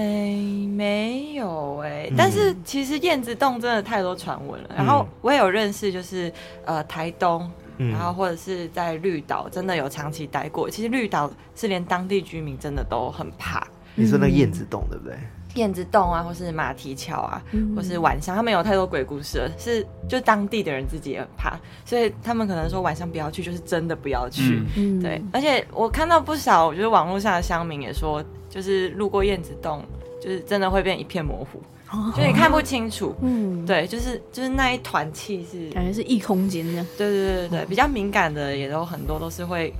[SPEAKER 6] 没有哎
[SPEAKER 1] 嗯，
[SPEAKER 6] 但是其实燕子洞真的太多传闻了。然后
[SPEAKER 1] 嗯
[SPEAKER 6] 我也有认识，就是呃台东，
[SPEAKER 1] 嗯
[SPEAKER 6] 然后或者是在绿岛，真的有长期待过。其实绿岛是连当地居民真的都很怕，
[SPEAKER 2] 嗯
[SPEAKER 1] 你说那个燕子洞对不对？
[SPEAKER 6] 燕子洞啊，或是马蹄桥啊，或是晚上，他们有太多鬼故事了，是就当地的人自己也怕，所以他们可能说晚上不要去，就是真的不要去。
[SPEAKER 3] 嗯
[SPEAKER 2] 嗯
[SPEAKER 6] 对，而且我看到不少，就是网络上的乡民也说，就是路过燕子洞，就是真的会变一片模糊，
[SPEAKER 2] 哦
[SPEAKER 6] 就你看不清楚。
[SPEAKER 2] 嗯，
[SPEAKER 6] 对，就是就是那一团气是，
[SPEAKER 2] 感觉是异空间这样。
[SPEAKER 6] 对对对对
[SPEAKER 2] 嗯
[SPEAKER 6] 对，比较敏感的也都很多都是会，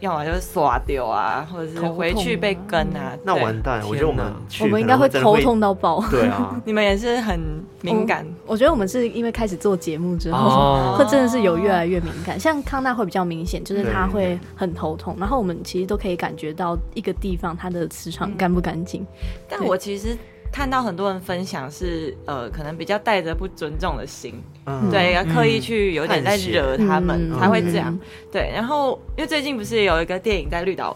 [SPEAKER 6] 要么就是刷丢啊，或者是
[SPEAKER 2] 头痛
[SPEAKER 6] 回去被跟啊。
[SPEAKER 1] 嗯那
[SPEAKER 6] 对
[SPEAKER 1] 完蛋，我觉得我们去
[SPEAKER 2] 我们应该
[SPEAKER 1] 可能
[SPEAKER 2] 会
[SPEAKER 1] 真的
[SPEAKER 2] 头。痛到爆。
[SPEAKER 1] 对啊，
[SPEAKER 6] 你们也是很敏感，
[SPEAKER 2] 我觉得我们是因为开始做节目之后，
[SPEAKER 5] 哦，
[SPEAKER 2] 会真的是有越来越敏感。像康纳会比较明显，就是
[SPEAKER 1] 对
[SPEAKER 2] 他会很头痛，然后我们其实都可以感觉到一个地方它的磁场干不干净。
[SPEAKER 6] 但
[SPEAKER 2] 对
[SPEAKER 6] 我其实看到很多人分享是，呃，可能比较带着不尊重的心，
[SPEAKER 1] 嗯
[SPEAKER 2] 啊
[SPEAKER 6] 对，要刻意去有点在惹他们，
[SPEAKER 2] 嗯
[SPEAKER 6] 才会这样
[SPEAKER 2] 嗯。
[SPEAKER 6] 对，然后因为最近不是有一个电影在绿岛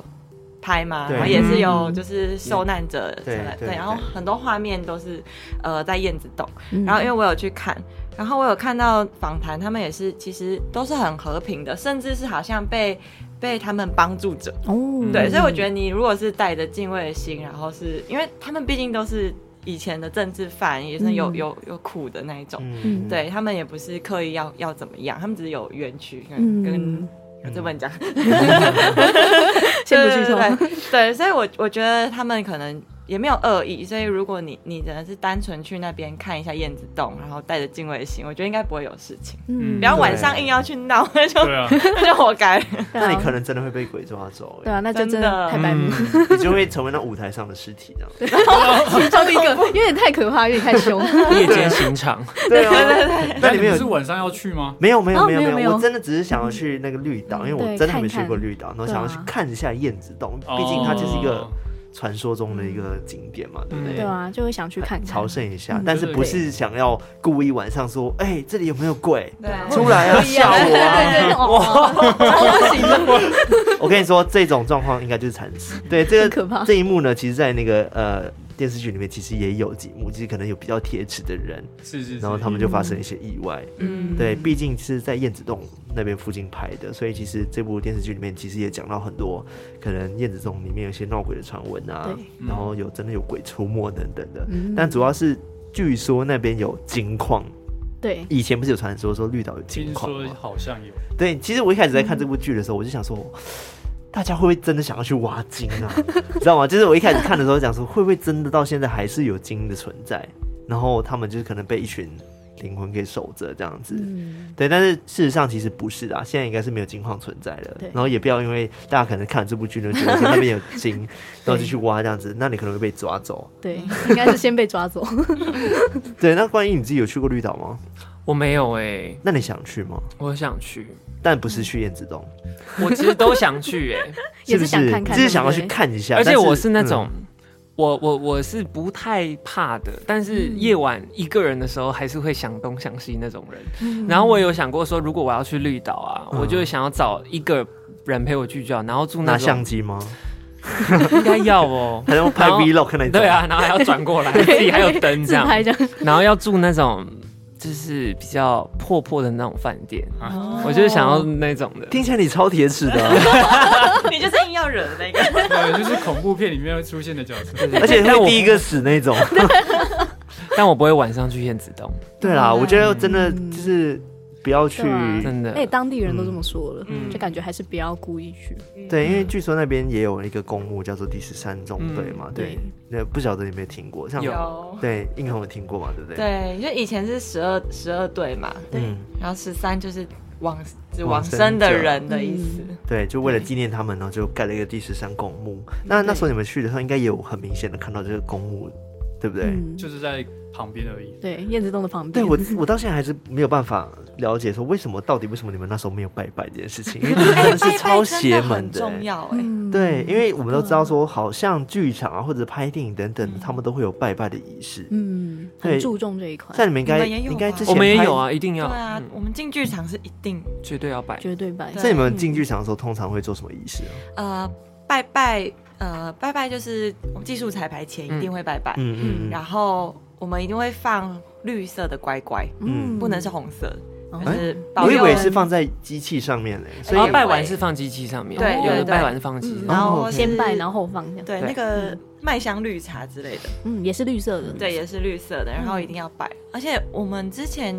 [SPEAKER 6] 拍嘛，
[SPEAKER 1] 对
[SPEAKER 6] 然后也是有
[SPEAKER 2] 嗯
[SPEAKER 6] 就是受难者什
[SPEAKER 1] 对
[SPEAKER 6] 么的，
[SPEAKER 1] 对
[SPEAKER 6] 对，然后
[SPEAKER 1] 对
[SPEAKER 6] 很多画面都是呃在燕子洞，
[SPEAKER 2] 嗯
[SPEAKER 6] 然后因为我有去看。然后我有看到访谈，他们也是其实都是很和平的，甚至是好像被被他们帮助者。
[SPEAKER 2] 哦，
[SPEAKER 6] 对，所以我觉
[SPEAKER 2] 得
[SPEAKER 6] 得你如果是带着敬畏的心，然后是因为他们毕竟都是以前的政治犯，也是有
[SPEAKER 2] 嗯
[SPEAKER 6] 有有苦的那一种，
[SPEAKER 1] 嗯，
[SPEAKER 6] 对他们也不是刻意要要怎么样，他们只是有冤屈跟、
[SPEAKER 2] 嗯
[SPEAKER 6] 跟。我这么讲，
[SPEAKER 2] 先不剧透，
[SPEAKER 6] 对对对对，所以我我觉得他们可能也没有恶意，所以如果你你真的是单纯去那边看一下燕子洞，然后带着敬畏心，我觉得应该不会有事情。
[SPEAKER 2] 嗯
[SPEAKER 6] 不要晚
[SPEAKER 1] 对
[SPEAKER 6] 上硬要去闹，那就
[SPEAKER 3] 对啊，
[SPEAKER 6] 那就活该。
[SPEAKER 1] 那你可能真的会被鬼抓走，
[SPEAKER 2] 啊对
[SPEAKER 1] 哎
[SPEAKER 2] 啊，那就真
[SPEAKER 6] 真
[SPEAKER 2] 的
[SPEAKER 6] 的
[SPEAKER 2] 太白目了。
[SPEAKER 3] 嗯
[SPEAKER 1] 你就会成为那舞台上的尸体这样。
[SPEAKER 2] 其中一个有点太可怕，有点太凶。
[SPEAKER 5] 夜间刑场，
[SPEAKER 1] 对啊，那里面有
[SPEAKER 3] 不是晚上要去吗？
[SPEAKER 1] 没有没有
[SPEAKER 2] 哦
[SPEAKER 1] 没有
[SPEAKER 2] 没有没有嗯
[SPEAKER 1] 我真的只是想要去那个绿岛，因为我
[SPEAKER 2] 对
[SPEAKER 1] 真的还没
[SPEAKER 2] 看
[SPEAKER 1] 去
[SPEAKER 2] 看
[SPEAKER 1] 过绿岛，然后
[SPEAKER 2] 对
[SPEAKER 1] 想要
[SPEAKER 2] 啊
[SPEAKER 1] 去看一下燕子洞，毕竟它就是一个
[SPEAKER 3] 哦
[SPEAKER 1] 传说中的一个景点嘛，对不
[SPEAKER 2] 嗯对
[SPEAKER 1] 对？
[SPEAKER 2] 啊，就会想去看看
[SPEAKER 1] 朝。圣一下
[SPEAKER 2] 嗯，
[SPEAKER 1] 但是
[SPEAKER 3] 对
[SPEAKER 1] 不是想要故意晚上说，哎，这里有没有鬼？
[SPEAKER 6] 对
[SPEAKER 1] 出来啊，吓
[SPEAKER 2] 对
[SPEAKER 1] 我啊！
[SPEAKER 2] 对对，哦哇，
[SPEAKER 1] 我跟你说，这种状况应该就是惨死。对，这个
[SPEAKER 2] 很可怕
[SPEAKER 1] 这一幕呢，其实，在那个呃电视剧里面，其实也有几幕，就是可能有比较铁齿的人，
[SPEAKER 3] 是是是，
[SPEAKER 1] 然后他们就发生一些意外。
[SPEAKER 6] 嗯，
[SPEAKER 1] 对，毕竟是在燕子洞那边附近拍的，所以其实这部电视剧里面其实也讲到很多，可能燕子洞里面有一些闹鬼的传闻啊
[SPEAKER 2] 对，
[SPEAKER 1] 然后有真的有鬼出没等等的。
[SPEAKER 2] 嗯
[SPEAKER 1] 但主要是据说那边有金矿，
[SPEAKER 2] 对，
[SPEAKER 1] 以前不是有传说说绿岛有金
[SPEAKER 3] 听
[SPEAKER 1] 矿
[SPEAKER 3] 说
[SPEAKER 1] 吗？
[SPEAKER 3] 好像有，
[SPEAKER 1] 对，其实我一开始在
[SPEAKER 2] 嗯
[SPEAKER 1] 看这部剧的时候，我就想说。大家会不会真的想要去挖金啊？ 你知道吗？就是我一开始看的时候讲说，会不会真的到现在还是有金的存在？然后他们就是可能被一群灵魂给守着这样子。
[SPEAKER 2] 嗯，
[SPEAKER 1] 对，但是事实上其实不是的啊，现在应该是没有金矿存在了
[SPEAKER 2] 对。
[SPEAKER 1] 然后也不要因为大家可能看了这部剧呢，觉得说那边有 金，然后就去挖这样子，那你可能会被抓走。
[SPEAKER 2] 对，应该是先被抓走。
[SPEAKER 1] 对，那关于你自己有去过绿岛吗？
[SPEAKER 5] 我没有哎、
[SPEAKER 1] 那你想去吗？
[SPEAKER 5] 我想去，
[SPEAKER 1] 但不是去燕子洞，
[SPEAKER 5] 我其实都想去 哎、
[SPEAKER 2] 嗯也
[SPEAKER 1] 不
[SPEAKER 2] 是
[SPEAKER 1] 是
[SPEAKER 2] 想看看
[SPEAKER 1] 只是想要
[SPEAKER 2] 对
[SPEAKER 1] 去
[SPEAKER 2] 不对
[SPEAKER 1] 看一下。
[SPEAKER 5] 而且
[SPEAKER 1] 但
[SPEAKER 5] 我是那嗯种，，我我我是不太怕的，但是夜晚一个人的时候还是会想东想西那种人。然后我有想过说，如果我要去绿岛啊，
[SPEAKER 1] 嗯
[SPEAKER 5] 我就会想要找一个人陪我去就好，然后住
[SPEAKER 1] 嗯
[SPEAKER 5] 那
[SPEAKER 1] 拿
[SPEAKER 5] 种
[SPEAKER 1] 相机吗？。
[SPEAKER 5] 应该要哦
[SPEAKER 1] 还能拍
[SPEAKER 5] 然后
[SPEAKER 1] vlog 那种？
[SPEAKER 5] 对，啊，然后还要转 过来，自己还有灯这
[SPEAKER 2] 自
[SPEAKER 5] 样，
[SPEAKER 2] 拍这样，
[SPEAKER 5] 然后要住那种就是比较破破的那种饭店，
[SPEAKER 3] 啊
[SPEAKER 5] 我就是想要那种的。
[SPEAKER 1] 听起来你超铁齿的啊，
[SPEAKER 6] 你就是硬要惹的那个。
[SPEAKER 3] 对，就是恐怖片里面会出现的角色。
[SPEAKER 5] 对对对
[SPEAKER 1] 而且
[SPEAKER 5] 但
[SPEAKER 1] 会
[SPEAKER 5] 我
[SPEAKER 1] 第一个死那种。
[SPEAKER 5] 但我不会晚上去燕子洞，
[SPEAKER 1] 对啦，我觉得真的就是不要去
[SPEAKER 2] 对啊
[SPEAKER 5] 真的。
[SPEAKER 2] 哎，当地人都这么说了，
[SPEAKER 5] 嗯
[SPEAKER 2] 就感觉还是不要故意去。
[SPEAKER 1] 对，因为据说那边也有一个公墓叫做第十三纵队嘛，
[SPEAKER 5] 嗯
[SPEAKER 1] 对，那不晓得你有没有听过，像
[SPEAKER 5] 有
[SPEAKER 6] 有，
[SPEAKER 1] 对硬汉有听过嘛，对不对？，
[SPEAKER 6] 对，就以前是十二十二队嘛，
[SPEAKER 1] 嗯，
[SPEAKER 6] 然后十三就是往指
[SPEAKER 1] 往
[SPEAKER 6] 往
[SPEAKER 1] 生
[SPEAKER 6] 生的
[SPEAKER 1] 者
[SPEAKER 6] 人的意思。
[SPEAKER 1] 对，就为了纪念他们，然后就盖了一个第十三公墓。那那时候你们去的时候，应该也有很明显的看到这个公墓，对不对？
[SPEAKER 2] 嗯，
[SPEAKER 3] 就是在旁边而已。
[SPEAKER 2] 对，燕子洞的旁
[SPEAKER 1] 对
[SPEAKER 2] 边。
[SPEAKER 1] 我，我到现在还是没有办法了解说为什么到底为什么你们那时候没有拜拜这件事情，因为这真的是超邪门的、欸
[SPEAKER 6] 哎拜拜真的很重要哎、
[SPEAKER 2] 嗯
[SPEAKER 1] 对，因为我们都知道说，好像剧场啊或者拍电影等等，他们都会有拜拜的仪式。
[SPEAKER 2] 嗯，
[SPEAKER 1] 对
[SPEAKER 2] 很注重这一块，
[SPEAKER 1] 像你们应该
[SPEAKER 6] 你们也有
[SPEAKER 1] 应该
[SPEAKER 6] 吧
[SPEAKER 1] 之前
[SPEAKER 5] 我们也
[SPEAKER 1] 拍
[SPEAKER 5] 有啊，一定
[SPEAKER 6] 对
[SPEAKER 5] 要，
[SPEAKER 6] 啊，
[SPEAKER 5] 嗯
[SPEAKER 6] 我们进剧场是一定
[SPEAKER 5] 绝对要摆。
[SPEAKER 2] 绝对白。
[SPEAKER 1] 所以你们进剧场的时候，通常会做什么仪式啊？
[SPEAKER 6] 呃拜拜呃拜拜，就是我们技术彩排前一定会拜拜，
[SPEAKER 1] 嗯嗯嗯，
[SPEAKER 6] 然后我们一定会放绿色的乖乖，
[SPEAKER 1] 嗯哎
[SPEAKER 6] 不能是红色的。
[SPEAKER 2] 哦
[SPEAKER 6] 就是保
[SPEAKER 1] 我以
[SPEAKER 6] 佑
[SPEAKER 1] 为是放在机器上面嘞，所
[SPEAKER 5] 然后
[SPEAKER 1] 以
[SPEAKER 5] 拜完是放机器上面，
[SPEAKER 6] 对
[SPEAKER 5] 有
[SPEAKER 6] 对
[SPEAKER 5] 的
[SPEAKER 6] 对
[SPEAKER 5] 拜完是放机器上
[SPEAKER 6] 然
[SPEAKER 5] 面，
[SPEAKER 6] 后
[SPEAKER 1] 哦
[SPEAKER 6] 是
[SPEAKER 2] 先拜然后后放这样，
[SPEAKER 1] 对
[SPEAKER 6] 对
[SPEAKER 1] 嗯
[SPEAKER 6] 那个麦香绿茶之类的，
[SPEAKER 2] 嗯，也是绿色的，
[SPEAKER 6] 对，也是绿色的，然
[SPEAKER 5] 嗯
[SPEAKER 6] 后一定要摆。而且我们之前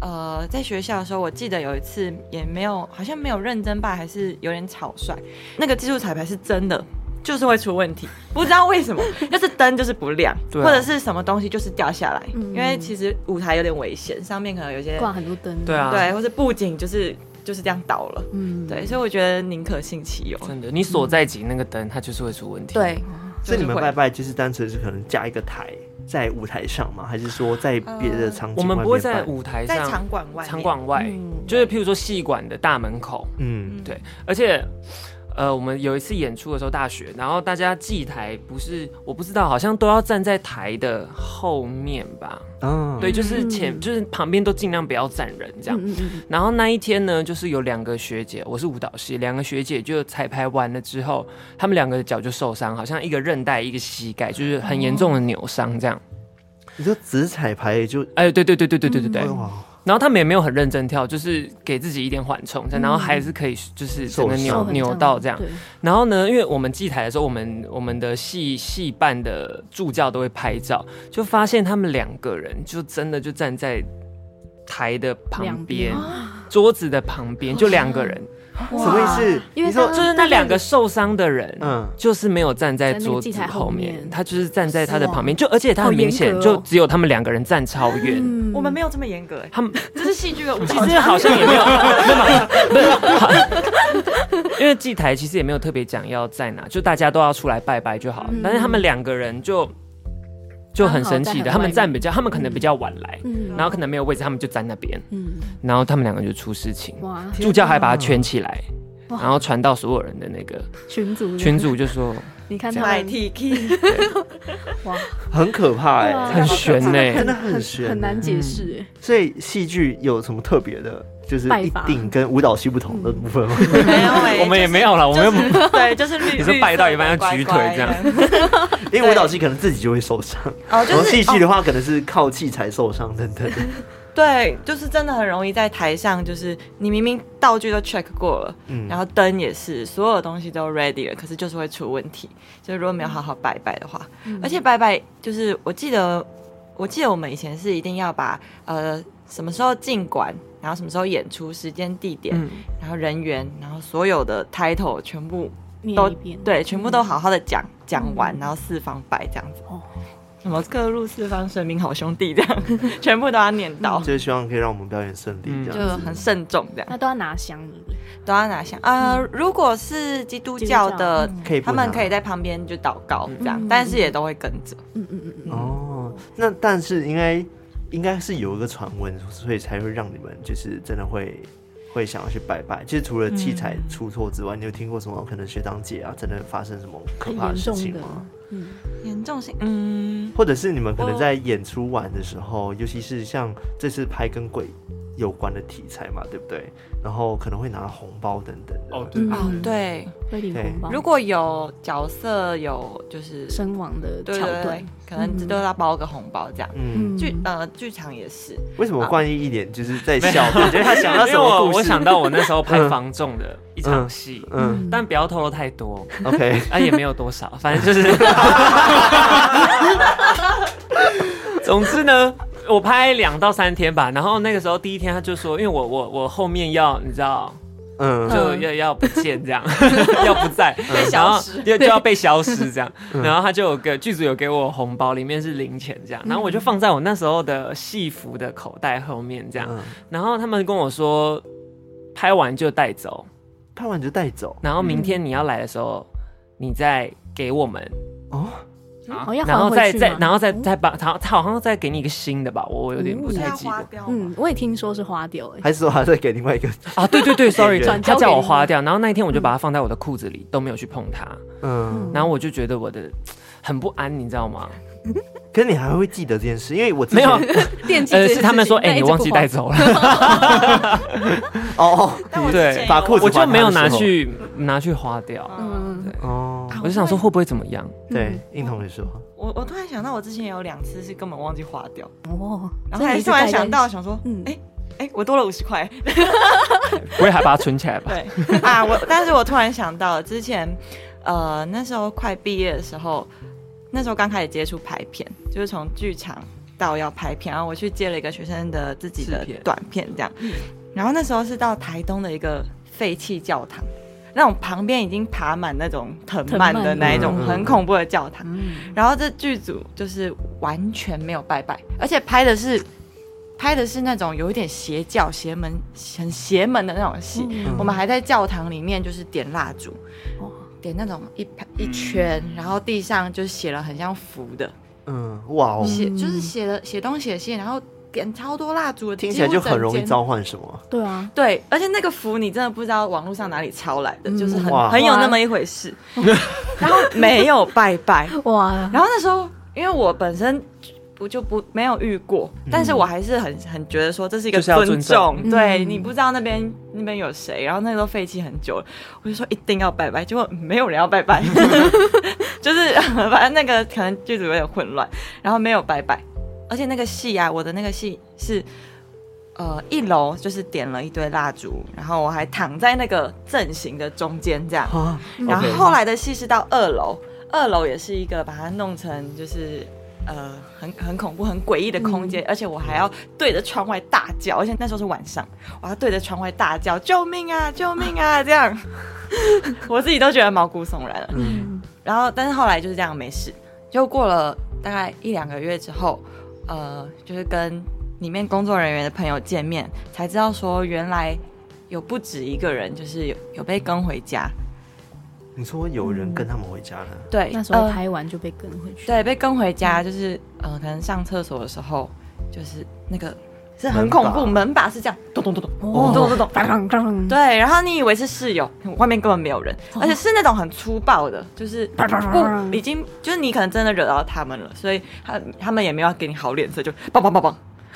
[SPEAKER 6] 呃在学校的时候，我记得有一次也没有，好像没有认真拜，还是有点草率。那个技术彩排是真的。就是会出问题，不知道为什么，就是灯就是不亮，
[SPEAKER 5] 对啊
[SPEAKER 6] 或者是什么东西就是掉下来，
[SPEAKER 2] 嗯
[SPEAKER 6] 因为其实舞台有点危险，上面可能有些
[SPEAKER 2] 挂很多灯，
[SPEAKER 5] 对啊
[SPEAKER 6] 对，或是布景就是就是这样倒了，
[SPEAKER 2] 嗯，
[SPEAKER 6] 对，所以我觉得宁可信其有，
[SPEAKER 5] 真的，你所在级那个灯它就是会出问题。，
[SPEAKER 2] 嗯
[SPEAKER 6] 对，
[SPEAKER 1] 所以你们
[SPEAKER 6] 就是会
[SPEAKER 1] 拜拜就是单纯是可能加一个台在舞台上嘛，还是说在别的场景
[SPEAKER 5] 我们
[SPEAKER 1] 外
[SPEAKER 5] 不会
[SPEAKER 1] 面
[SPEAKER 5] 在
[SPEAKER 1] 拜
[SPEAKER 5] 舞台
[SPEAKER 6] 在
[SPEAKER 5] 上
[SPEAKER 6] 场馆外面，
[SPEAKER 5] 场馆外，
[SPEAKER 2] 嗯
[SPEAKER 5] 就是譬如说戏馆的大门口，
[SPEAKER 1] 嗯
[SPEAKER 5] 对而且。呃，我们有一次演出的时候，大学，然后大家祭台不是，我不知道，好像都要站在台的后面吧？
[SPEAKER 1] 啊
[SPEAKER 5] 对，就是前，
[SPEAKER 2] 嗯
[SPEAKER 5] 就是旁边都尽量不要站人这样。
[SPEAKER 2] 嗯嗯嗯
[SPEAKER 5] 然后那一天呢，就是有两个学姐，我是舞蹈系，两个学姐就彩排完了之后，她们两个的脚就受伤，好像一个韧带一个膝盖，就是很严重的扭伤这样。
[SPEAKER 1] 你说只彩排也
[SPEAKER 2] 嗯
[SPEAKER 1] 就
[SPEAKER 5] 哎，对对对对对对对对。
[SPEAKER 1] 哇，
[SPEAKER 5] 然后她们也没有很认真跳，就是给自己一点缓冲，然后还是可以就是整个
[SPEAKER 1] 受
[SPEAKER 5] 扭
[SPEAKER 1] 伤
[SPEAKER 2] 嗯手很
[SPEAKER 5] 扭
[SPEAKER 2] 胀
[SPEAKER 5] 到这样。
[SPEAKER 2] 对
[SPEAKER 5] 然后呢，因为我们祭台的时候，我们我们的戏戏办的助教都会拍照，就发现他们两个人就真的就站在台的旁
[SPEAKER 2] 两
[SPEAKER 5] 边
[SPEAKER 2] 边，
[SPEAKER 5] 桌子的旁边，就两个人，
[SPEAKER 1] 什么意思？
[SPEAKER 2] 因为
[SPEAKER 1] 你说
[SPEAKER 2] 刚
[SPEAKER 5] 就是那两个受伤的人，
[SPEAKER 1] 嗯
[SPEAKER 5] 就是没有站在
[SPEAKER 2] 在那个
[SPEAKER 5] 桌
[SPEAKER 2] 祭
[SPEAKER 5] 子
[SPEAKER 2] 台后
[SPEAKER 5] 后面
[SPEAKER 2] 面，
[SPEAKER 5] 他就是站在他的
[SPEAKER 2] 哇
[SPEAKER 5] 旁边，就而且他
[SPEAKER 2] 好
[SPEAKER 5] 很明
[SPEAKER 2] 严
[SPEAKER 5] 显
[SPEAKER 2] 格哦
[SPEAKER 5] 就只有他们两个人站超远，
[SPEAKER 2] 嗯
[SPEAKER 6] 我们没有这么严格，
[SPEAKER 5] 他们
[SPEAKER 6] 这是戏剧的 舞
[SPEAKER 5] 其
[SPEAKER 6] 蹈，
[SPEAKER 5] 实好像也没有，没有，没有 因为祭台其实也没有特别讲要在哪，就大家都要出来拜拜就好。
[SPEAKER 2] 嗯
[SPEAKER 5] 但是他们两个人就就很神奇的，
[SPEAKER 2] 刚好在很
[SPEAKER 5] 他们
[SPEAKER 2] 外
[SPEAKER 5] 站
[SPEAKER 2] 面
[SPEAKER 5] 比较，他们可能比较晚来，
[SPEAKER 2] 嗯
[SPEAKER 5] 然后可能没有位置，他们就站那边，
[SPEAKER 2] 嗯
[SPEAKER 5] 然后他们两个就出事情，
[SPEAKER 2] 哇
[SPEAKER 5] 助教还把他圈起来，
[SPEAKER 2] 哇
[SPEAKER 5] 然后传到所有人的那个
[SPEAKER 2] 群组
[SPEAKER 5] 群，主就说
[SPEAKER 2] 你看他
[SPEAKER 6] 买
[SPEAKER 2] 们
[SPEAKER 6] T K，
[SPEAKER 2] 哇，
[SPEAKER 1] 很可怕哎、
[SPEAKER 2] 对啊
[SPEAKER 5] 很欸悬呢、
[SPEAKER 1] 真的
[SPEAKER 2] 很
[SPEAKER 1] 很啊悬
[SPEAKER 2] 很难解释哎。
[SPEAKER 1] 所以戏剧有什么特别的，就是
[SPEAKER 2] 拜嗯
[SPEAKER 1] 一
[SPEAKER 2] 法
[SPEAKER 1] 定跟舞蹈系不同的部分吗？
[SPEAKER 6] 没有欸，
[SPEAKER 5] 我们也没有了，我们又不
[SPEAKER 6] 有， 对，就是绿，
[SPEAKER 5] 你是拜到一半要举腿这样
[SPEAKER 6] 样，乖乖的
[SPEAKER 1] 因为舞蹈系可能自己就会受伤，
[SPEAKER 6] 哦，
[SPEAKER 1] 然
[SPEAKER 6] 就
[SPEAKER 1] 后
[SPEAKER 6] 是
[SPEAKER 1] 戏剧
[SPEAKER 6] 哦
[SPEAKER 1] 的话可能是靠器材受伤等等的。
[SPEAKER 2] 哦
[SPEAKER 6] 对，就是真的很容易在台上，就是你明明道具都 check 过了，
[SPEAKER 1] 嗯
[SPEAKER 6] 然后灯也是，所有东西都 ready 了，可是就是会出问题。就是如果没有好好拜拜的话，而且拜拜就是我记得，我记得我们以前是一定要把呃什么时候进馆，然后什么时候演出，时间、地点，
[SPEAKER 5] 嗯
[SPEAKER 6] 然后人员，然后所有的 title 全部
[SPEAKER 2] 念
[SPEAKER 6] 嗯都
[SPEAKER 2] 欸一遍，
[SPEAKER 6] 对，全部都好好的讲讲完，然后四方拜这样子。
[SPEAKER 2] 嗯哦
[SPEAKER 6] 什么各路四方神明好兄弟这样， 全部都要念到。
[SPEAKER 2] 嗯
[SPEAKER 1] 就是希望可以让我们表演顺利
[SPEAKER 5] 嗯
[SPEAKER 1] 这
[SPEAKER 6] 就
[SPEAKER 1] 样
[SPEAKER 6] 很
[SPEAKER 1] 子。
[SPEAKER 6] 慎重这样，
[SPEAKER 2] 那都要拿香对不对
[SPEAKER 6] 都要拿香。呃，如果是基督教的
[SPEAKER 2] 嗯基督，
[SPEAKER 1] 可以不
[SPEAKER 6] 他们
[SPEAKER 1] 拿
[SPEAKER 6] 可以在旁边就祷告这样，
[SPEAKER 2] 嗯
[SPEAKER 6] 但是也都会跟着。
[SPEAKER 2] 嗯嗯嗯嗯，
[SPEAKER 1] 哦，那但是应该应该是有一个传闻，所以才会让你们就是真的会。会想要去拜拜，就是除了器材
[SPEAKER 2] 嗯
[SPEAKER 1] 出错之外，你有听过什么可能学长姐啊，真的发生什么可
[SPEAKER 2] 很
[SPEAKER 1] 怕
[SPEAKER 2] 严
[SPEAKER 1] 的事
[SPEAKER 2] 重
[SPEAKER 1] 情
[SPEAKER 2] 的
[SPEAKER 1] 吗？，
[SPEAKER 2] 嗯，
[SPEAKER 6] 严重性，嗯，
[SPEAKER 1] 或者是你们可能在演出完的时候，尤其是像这次拍跟鬼有关的题材嘛，对不对？然后可能会拿红包等等的。
[SPEAKER 3] 哦，对
[SPEAKER 2] 嗯
[SPEAKER 3] 对
[SPEAKER 6] 哦，对，
[SPEAKER 2] 会领红包。
[SPEAKER 6] 如果有角色有就是
[SPEAKER 2] 身亡的
[SPEAKER 6] 对
[SPEAKER 2] 桥
[SPEAKER 6] 对对
[SPEAKER 2] 段，，
[SPEAKER 6] 可能
[SPEAKER 2] 嗯
[SPEAKER 6] 都要包个红包这样。
[SPEAKER 1] 嗯，
[SPEAKER 6] 剧呃，剧场也是，
[SPEAKER 1] 为什么冠一一脸就是在笑？我觉得他想到
[SPEAKER 5] 啊 因
[SPEAKER 1] 什
[SPEAKER 5] 为我
[SPEAKER 1] 么故事？
[SPEAKER 5] 我想到我那时候拍房仲的一场戏，
[SPEAKER 1] 嗯
[SPEAKER 5] 但不要透露太多，
[SPEAKER 1] ，OK，
[SPEAKER 5] 啊也没有多少，反正就是，总之呢，我拍两到三天吧。然后那个时候第一天他就说，因为我我我后面要你知道，
[SPEAKER 1] 嗯，
[SPEAKER 5] 就要要不见这样，要不在，然
[SPEAKER 6] 消
[SPEAKER 5] 后
[SPEAKER 6] 失
[SPEAKER 5] 就就要被消失这样。然后他就有个剧组有给我红包，里面是零钱这样，然后我就放在我那时候的戏服的口袋后面这样。
[SPEAKER 1] 嗯
[SPEAKER 5] 然后他们跟我说，拍完就带走，
[SPEAKER 1] 拍完就带走
[SPEAKER 5] 然后明天你要来的时候，你再给我们，
[SPEAKER 1] 哦，
[SPEAKER 2] 哦要
[SPEAKER 5] 然后
[SPEAKER 2] 还
[SPEAKER 5] 再
[SPEAKER 2] 回去
[SPEAKER 5] 再
[SPEAKER 2] 吗哦
[SPEAKER 5] 然后再再把他他好像再给你一个新的吧，我我有点不
[SPEAKER 2] 嗯
[SPEAKER 6] 是
[SPEAKER 5] 太
[SPEAKER 6] 要
[SPEAKER 5] 记得
[SPEAKER 6] 花掉吗？
[SPEAKER 2] 嗯，我也听说是花掉哎，
[SPEAKER 1] 还是说他再给另外一个？
[SPEAKER 5] 啊，对对对，sorry，
[SPEAKER 1] 转
[SPEAKER 5] 他
[SPEAKER 2] 交
[SPEAKER 5] 叫
[SPEAKER 2] 给
[SPEAKER 5] 我
[SPEAKER 2] 你嗯
[SPEAKER 5] 花掉，然后那一天我就把它放在我的裤子里，都没有去碰它，
[SPEAKER 1] 嗯，
[SPEAKER 5] 然后我就觉得我的很不安，你知道吗？
[SPEAKER 1] 可是你还会记得这件事，因为我之
[SPEAKER 5] 没
[SPEAKER 1] 前
[SPEAKER 5] 有，
[SPEAKER 2] 惦记这
[SPEAKER 5] 呃，
[SPEAKER 2] 件事
[SPEAKER 5] 是
[SPEAKER 2] 情
[SPEAKER 5] 他们说，哎，
[SPEAKER 2] 但一
[SPEAKER 5] 你
[SPEAKER 2] 直
[SPEAKER 5] 忘
[SPEAKER 2] 不
[SPEAKER 5] 记
[SPEAKER 2] 还
[SPEAKER 5] 带 走了，
[SPEAKER 1] 哦
[SPEAKER 6] 但我之
[SPEAKER 5] 对
[SPEAKER 6] 前
[SPEAKER 1] 把
[SPEAKER 6] 有
[SPEAKER 1] 裤子
[SPEAKER 5] 我
[SPEAKER 6] 忘记
[SPEAKER 5] 就没有拿
[SPEAKER 1] 还他的时候
[SPEAKER 5] 去拿去花掉，
[SPEAKER 2] 嗯，
[SPEAKER 1] 哦哦，
[SPEAKER 6] 啊
[SPEAKER 5] 我就想说会不会怎么样？
[SPEAKER 6] 嗯
[SPEAKER 1] 对，应同也说，
[SPEAKER 6] 我我突然想到，我之前有两次是根本忘记花掉，
[SPEAKER 2] 哦，
[SPEAKER 6] 然后还突然想到，想说，
[SPEAKER 2] 嗯
[SPEAKER 6] 哎，哎、我多了五十块。
[SPEAKER 5] 不会还把它存起来吧？
[SPEAKER 6] 对 啊，我但是我突然想到，之前呃那时候快毕业的时候，那时候刚开始接触拍片，就是从剧场到要拍片，然后我去接了一个学生的自己的
[SPEAKER 5] 制片
[SPEAKER 6] 短片这样，
[SPEAKER 1] 嗯
[SPEAKER 6] 然后那时候是到台东的一个废弃教堂。那种旁边已经爬满那种藤蔓
[SPEAKER 2] 藤
[SPEAKER 6] 的
[SPEAKER 2] 蔓
[SPEAKER 6] 那一种
[SPEAKER 1] 嗯嗯
[SPEAKER 6] 很恐怖的教堂，
[SPEAKER 4] 嗯，
[SPEAKER 6] 然后这剧组就是完全没有拜拜，而且拍的是拍的是那种有一点邪教、邪门、很邪门的那种戏。
[SPEAKER 2] 嗯
[SPEAKER 6] 我们还在教堂里面就是点蜡烛
[SPEAKER 1] 哦
[SPEAKER 2] 哇，
[SPEAKER 6] 点那种一排一圈，然后地上就是写了很像符的，
[SPEAKER 1] 嗯，哇哦，
[SPEAKER 6] 写就是写了写东写西，然后点超多蜡烛的，
[SPEAKER 1] 听起来
[SPEAKER 6] 几
[SPEAKER 1] 就
[SPEAKER 6] 乎整
[SPEAKER 1] 很容易
[SPEAKER 6] 间。
[SPEAKER 1] 召唤什么。
[SPEAKER 2] 对 啊，
[SPEAKER 6] 对，而且那个符你真的不知道网络上哪里抄来的，就是
[SPEAKER 1] 嗯
[SPEAKER 6] 很
[SPEAKER 1] 哇
[SPEAKER 6] 很有那么一回事。 然后没有拜拜，
[SPEAKER 2] 哇，
[SPEAKER 6] 然后那时候，因为我本身不就不没有遇过，但是我还是很很觉得说这是一个
[SPEAKER 5] 嗯就是要
[SPEAKER 6] 尊
[SPEAKER 5] 尊
[SPEAKER 6] 重，
[SPEAKER 5] 重
[SPEAKER 6] 对、
[SPEAKER 2] 嗯
[SPEAKER 6] 你不知道那边那边有谁，然后那个都废弃很久了，我就说一定要拜拜，结果没有人要拜拜， 就是 反正那个可能剧组有点混乱，然后没有拜拜，而且那个戏啊，我的那个戏是。呃，一楼就是点了一堆蜡烛，然后我还躺在那个阵型的中间这样，
[SPEAKER 1] 啊，
[SPEAKER 6] 然后
[SPEAKER 1] OK
[SPEAKER 6] 后来的戏是到二楼，二楼也是一个把它弄成就是呃很很恐怖、很诡异的空
[SPEAKER 1] 嗯
[SPEAKER 6] 间，而且我还要对着窗外大叫，而且那时候是晚上，我要对着窗外大叫救命啊救命啊这样， 我自己都觉得毛骨悚然了。
[SPEAKER 1] 嗯，
[SPEAKER 6] 然后但是后来就是这样没事，就过了大概一两个月之后，呃，就是跟里面工作人员的朋友见面，才知道说原来有不止一个人就是有有被跟回家。
[SPEAKER 1] 你说有人跟他们回家了，
[SPEAKER 6] 对，
[SPEAKER 2] 那时候
[SPEAKER 6] 呃
[SPEAKER 2] 拍完就被跟回去，
[SPEAKER 6] 对，被跟回家就是呃，可能上厕所的时候，就是那个是
[SPEAKER 1] 门
[SPEAKER 6] 很恐
[SPEAKER 1] 把
[SPEAKER 6] 怖，门把是这样咚咚咚咚
[SPEAKER 2] 哦
[SPEAKER 6] 咚咚咚咚
[SPEAKER 2] 当当当，
[SPEAKER 6] 对，然后你以为是室友，外面根本没有人，而且是那种很粗暴的，就是
[SPEAKER 2] 啪啪啪啪
[SPEAKER 6] 不已经就是你可能真的惹到他们了，所以他他们也没有给你好脸色，就梆梆梆梆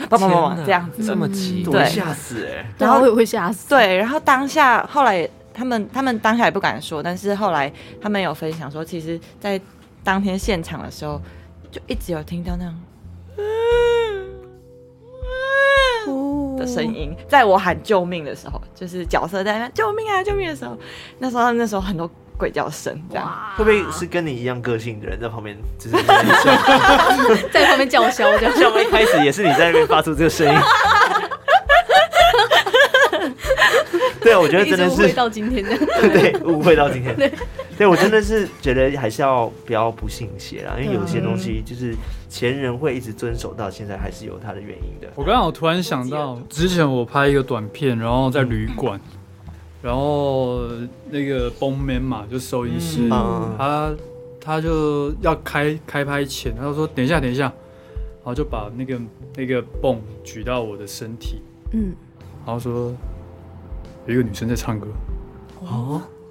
[SPEAKER 6] 梆梆梆梆这样子
[SPEAKER 5] 这
[SPEAKER 6] 的。
[SPEAKER 5] 么急，
[SPEAKER 1] 我
[SPEAKER 6] 对
[SPEAKER 1] 吓死哎！
[SPEAKER 6] 啊
[SPEAKER 2] 然啊后我也会吓死，
[SPEAKER 6] 对，然后当下后来他们他们当下也不敢说，但是后来他们有分享说，其实，在当天现场的时候，就一直有听到那种
[SPEAKER 2] 哦
[SPEAKER 6] 的声，音，在我喊救命的时候，就是角色在那救命啊救命的时候，那时候他们那时候很多鬼叫声这样。
[SPEAKER 2] 哇
[SPEAKER 1] 会不会是跟你一样个性的人在 旁边，就是在那边笑？
[SPEAKER 2] 在旁边叫嚣这 样？
[SPEAKER 1] 像我一开始也是你在那边发出这个声 音。对，我觉得真
[SPEAKER 2] 一直
[SPEAKER 1] 的
[SPEAKER 2] 误
[SPEAKER 1] 是
[SPEAKER 2] 会到今天的，
[SPEAKER 1] 对，误会到今天。对，我真的是觉得还是要不要不信邪啦，因为有些东西就是前人会一直遵守到现在，还是有它的原因的。
[SPEAKER 3] 我刚好突然想到，之前我拍一个短片，然后在旅馆，
[SPEAKER 2] 嗯
[SPEAKER 3] 然后那个 b o n Man 嘛，就收银师，
[SPEAKER 1] 嗯，
[SPEAKER 3] 他他就要开开拍前，他就说等一下等一下，然后就把那个那个泵举到我的身体，
[SPEAKER 2] 嗯，
[SPEAKER 3] 然后说有一个女生在唱歌，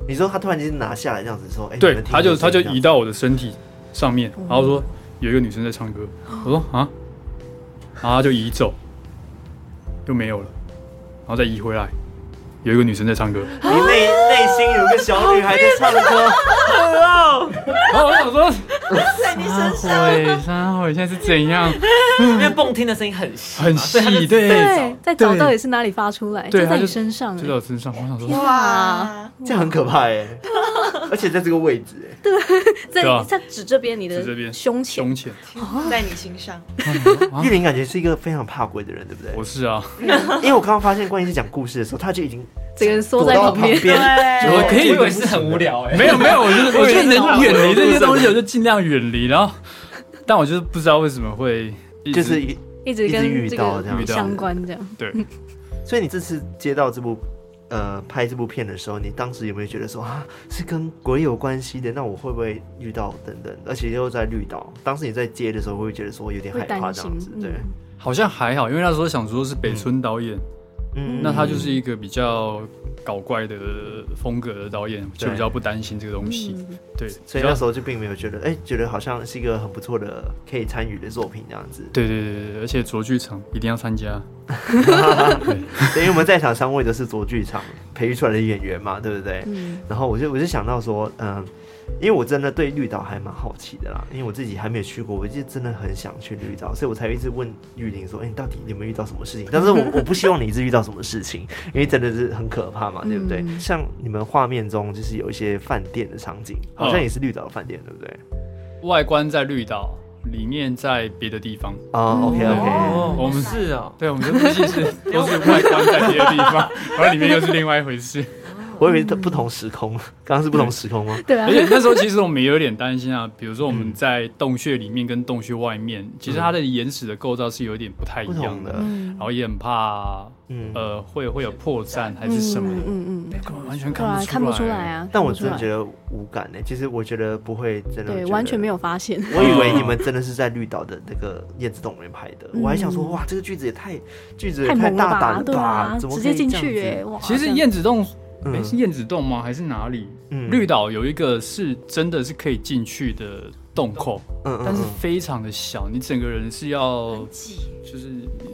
[SPEAKER 1] 你说他突然间拿下来这样子说，哎、你
[SPEAKER 3] 对
[SPEAKER 1] 们，听
[SPEAKER 3] 他就
[SPEAKER 1] 这
[SPEAKER 3] 他
[SPEAKER 1] 个声
[SPEAKER 3] 就
[SPEAKER 1] 音
[SPEAKER 3] 移到我的身体上面，然后说有一个女生在唱歌，我说啊，然后他就移走，就没有了，然后再移回来，有一个女生在唱歌，
[SPEAKER 1] 这样你内
[SPEAKER 2] 啊
[SPEAKER 1] 内心有个小女孩在唱歌，
[SPEAKER 3] 然后我想说，在你身上，三会现在是怎样？
[SPEAKER 5] 因为蹦听的声音
[SPEAKER 2] 哦
[SPEAKER 5] 很细嘛，
[SPEAKER 3] 很
[SPEAKER 5] 所以它
[SPEAKER 3] 细，
[SPEAKER 5] 就
[SPEAKER 3] 对
[SPEAKER 2] 对，在找到底是哪里发出来，
[SPEAKER 3] 对
[SPEAKER 2] 就在
[SPEAKER 3] 他
[SPEAKER 2] 你
[SPEAKER 3] 就
[SPEAKER 2] 身上，欸
[SPEAKER 3] 就在我身上，我想说。
[SPEAKER 2] 哇，
[SPEAKER 1] 这样很可怕哎、 而且在这个位置、哎
[SPEAKER 2] 在
[SPEAKER 3] 对啊
[SPEAKER 2] 在指这边你的
[SPEAKER 3] 指这边
[SPEAKER 2] 胸前
[SPEAKER 3] 胸，前，
[SPEAKER 6] 在你心上，
[SPEAKER 1] 玉林感觉是一个非常怕鬼的人，对不对？
[SPEAKER 3] 我是啊，
[SPEAKER 1] 因为我刚刚发现关于是讲故事的时候，他就已经
[SPEAKER 2] 整个人缩
[SPEAKER 1] 躲
[SPEAKER 2] 在
[SPEAKER 1] 到
[SPEAKER 2] 旁边，
[SPEAKER 6] 哎
[SPEAKER 1] 边，
[SPEAKER 5] 我
[SPEAKER 1] 就
[SPEAKER 5] 可以以为
[SPEAKER 1] 不
[SPEAKER 5] 是
[SPEAKER 1] 行
[SPEAKER 5] 很无
[SPEAKER 1] 了。
[SPEAKER 5] 聊哎，
[SPEAKER 3] 没有没有，我就是我就是能远离这些东
[SPEAKER 1] 我
[SPEAKER 3] 西，
[SPEAKER 1] 也
[SPEAKER 3] 我就尽量远离。然后，但我就是不知道为什么会一直
[SPEAKER 1] 就是一个，
[SPEAKER 2] 一直
[SPEAKER 1] 一直遇
[SPEAKER 2] 跟这
[SPEAKER 1] 到这
[SPEAKER 2] 个
[SPEAKER 1] 样
[SPEAKER 2] 相关这样。
[SPEAKER 3] 对，
[SPEAKER 1] 所以你这次接到这部呃拍这部片的时候，你当时有没有觉得说啊是跟鬼有关系的？那我会不会遇到等等？而且又在绿岛，当时你在接的时候，会不会觉得说有点害
[SPEAKER 2] 会
[SPEAKER 1] 怕
[SPEAKER 2] 担
[SPEAKER 1] 这
[SPEAKER 2] 心
[SPEAKER 1] 样子？对，
[SPEAKER 3] 好像还好，因为那时候想说是北村导演，
[SPEAKER 1] 嗯
[SPEAKER 3] 那他就是一个比较搞怪的风格的导演，就比较不担心这个东西。
[SPEAKER 2] 嗯
[SPEAKER 3] 对，
[SPEAKER 1] 所以那时
[SPEAKER 3] 候
[SPEAKER 1] 候就并没有觉得，哎、觉得好像是一个很不错的可以参与的作品这样子。
[SPEAKER 3] 对对对对，而且卓剧场一定要参加。
[SPEAKER 1] 对，因为我们在场三位都是做剧场培育出来的演员嘛，对不对？
[SPEAKER 2] 嗯，
[SPEAKER 1] 然后我就我就想到说，嗯、因为我真的对绿岛还蛮好奇的啦，因为我自己还没有去过，我就真的很想去绿岛，所以我才一直问玉玲说：“哎、你到底有没有遇到什么事情？”但是我我不希望你一直遇到什么事情，因为真的是很可怕嘛，对不对？
[SPEAKER 2] 嗯
[SPEAKER 1] 像你们画面中就是有一些饭店的场景，好像也是绿岛的饭店，对不对？
[SPEAKER 3] 外观在绿岛，里面在别的地方。
[SPEAKER 1] 啊、o k OK，、
[SPEAKER 5] 哦，
[SPEAKER 3] 我
[SPEAKER 5] 我
[SPEAKER 3] 们
[SPEAKER 5] 们
[SPEAKER 2] 啊
[SPEAKER 5] 是哦，
[SPEAKER 3] 对，我们这部戏是 都是外观在别的地方，然后里面又是另外一回事。
[SPEAKER 1] 我以为它不同时空，刚刚是不同时空吗？
[SPEAKER 2] 对啊
[SPEAKER 3] 而，且那时候其实我们也有点担心啊，比如说我们在洞穴里面跟洞穴外面，其实它的岩石的构造是有点嗯不太一
[SPEAKER 1] 不
[SPEAKER 3] 样
[SPEAKER 1] 同
[SPEAKER 3] 的，
[SPEAKER 1] 的，
[SPEAKER 2] 嗯
[SPEAKER 3] 然后也很怕
[SPEAKER 1] 嗯。
[SPEAKER 3] 呃会会有破绽还是什么的，
[SPEAKER 2] 嗯嗯嗯，
[SPEAKER 3] 根本完全
[SPEAKER 2] 对啊，看不
[SPEAKER 3] 不出
[SPEAKER 2] 出
[SPEAKER 3] 来
[SPEAKER 2] 来。啊。
[SPEAKER 1] 但我
[SPEAKER 2] 看不出
[SPEAKER 1] 真
[SPEAKER 2] 来
[SPEAKER 1] 的觉得无感欸呢、其实我觉得不会真的，
[SPEAKER 2] 对，完全没
[SPEAKER 1] 有。
[SPEAKER 2] 有发现。
[SPEAKER 1] 我以
[SPEAKER 3] 嗯
[SPEAKER 1] 为你们真的是在绿岛的那个燕子洞里面拍的，
[SPEAKER 2] 嗯
[SPEAKER 1] 我还想说，哇，这个句子也太句子也
[SPEAKER 2] 太猛了
[SPEAKER 1] 大胆
[SPEAKER 2] 吧，
[SPEAKER 1] 了
[SPEAKER 2] 对啊，
[SPEAKER 1] 怎么
[SPEAKER 2] 直
[SPEAKER 1] 可以
[SPEAKER 2] 接进
[SPEAKER 1] 这样
[SPEAKER 2] 去
[SPEAKER 1] 子
[SPEAKER 2] 耶！哇，
[SPEAKER 3] 其实
[SPEAKER 2] 这样
[SPEAKER 3] 燕子洞，
[SPEAKER 1] 嗯
[SPEAKER 3] 哎，是燕子洞吗？还是哪里？
[SPEAKER 1] 嗯
[SPEAKER 3] 绿岛有一个是真的是可以进去的洞口，
[SPEAKER 1] 嗯嗯
[SPEAKER 3] 但是
[SPEAKER 1] 嗯
[SPEAKER 3] 非常的小，你整个人是要就是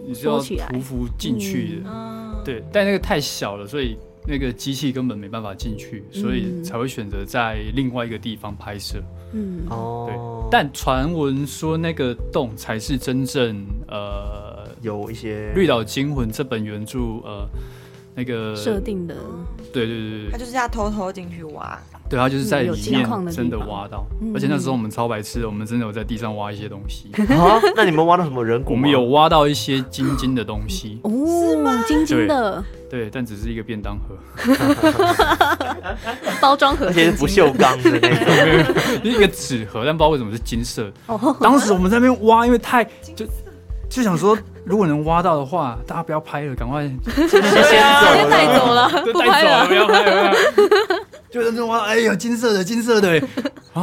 [SPEAKER 3] 你是要
[SPEAKER 2] 缩起来
[SPEAKER 3] 匍匐进去的，
[SPEAKER 4] 嗯，
[SPEAKER 3] 对，但那个太小了，所以那个机器根本没办法进去，所以
[SPEAKER 2] 嗯
[SPEAKER 3] 才会选择在另外一个地方拍摄。
[SPEAKER 2] 嗯，
[SPEAKER 1] 哦，
[SPEAKER 3] 但传闻说那个洞才是真正呃
[SPEAKER 1] 有一些
[SPEAKER 3] 《绿 岛惊魂》这本原著呃那个
[SPEAKER 2] 设，定的，
[SPEAKER 3] 对对对对
[SPEAKER 6] 他，就是要偷偷进去挖，
[SPEAKER 3] 对，它就是在
[SPEAKER 2] 有
[SPEAKER 3] 里
[SPEAKER 2] 金矿
[SPEAKER 3] 面
[SPEAKER 2] 的地
[SPEAKER 3] 真的
[SPEAKER 2] 方
[SPEAKER 3] 挖到
[SPEAKER 2] 嗯，，
[SPEAKER 3] 而且那时候我们超白痴的，我们真的有在地上挖一些东西，
[SPEAKER 1] 啊，那你们挖到什么人骨
[SPEAKER 3] 我
[SPEAKER 1] 吗？
[SPEAKER 3] 们有挖到一些金金的东西
[SPEAKER 2] 哦，晶晶的
[SPEAKER 3] 对，但只是一个便当盒，
[SPEAKER 2] 包装盒，
[SPEAKER 1] 而且是不锈钢的那 种，
[SPEAKER 3] 一个纸盒，但不知道为什么是金色。当时我们在那边挖，因为太就就想说，如果能挖到的话，大家不要拍了，赶快啊
[SPEAKER 2] 直接带走 了，
[SPEAKER 3] 就
[SPEAKER 2] 不
[SPEAKER 3] 带
[SPEAKER 2] 拍
[SPEAKER 3] 走
[SPEAKER 2] 了
[SPEAKER 3] 了，。不要拍了。就在那边挖，哎呦，金色的，金色的，然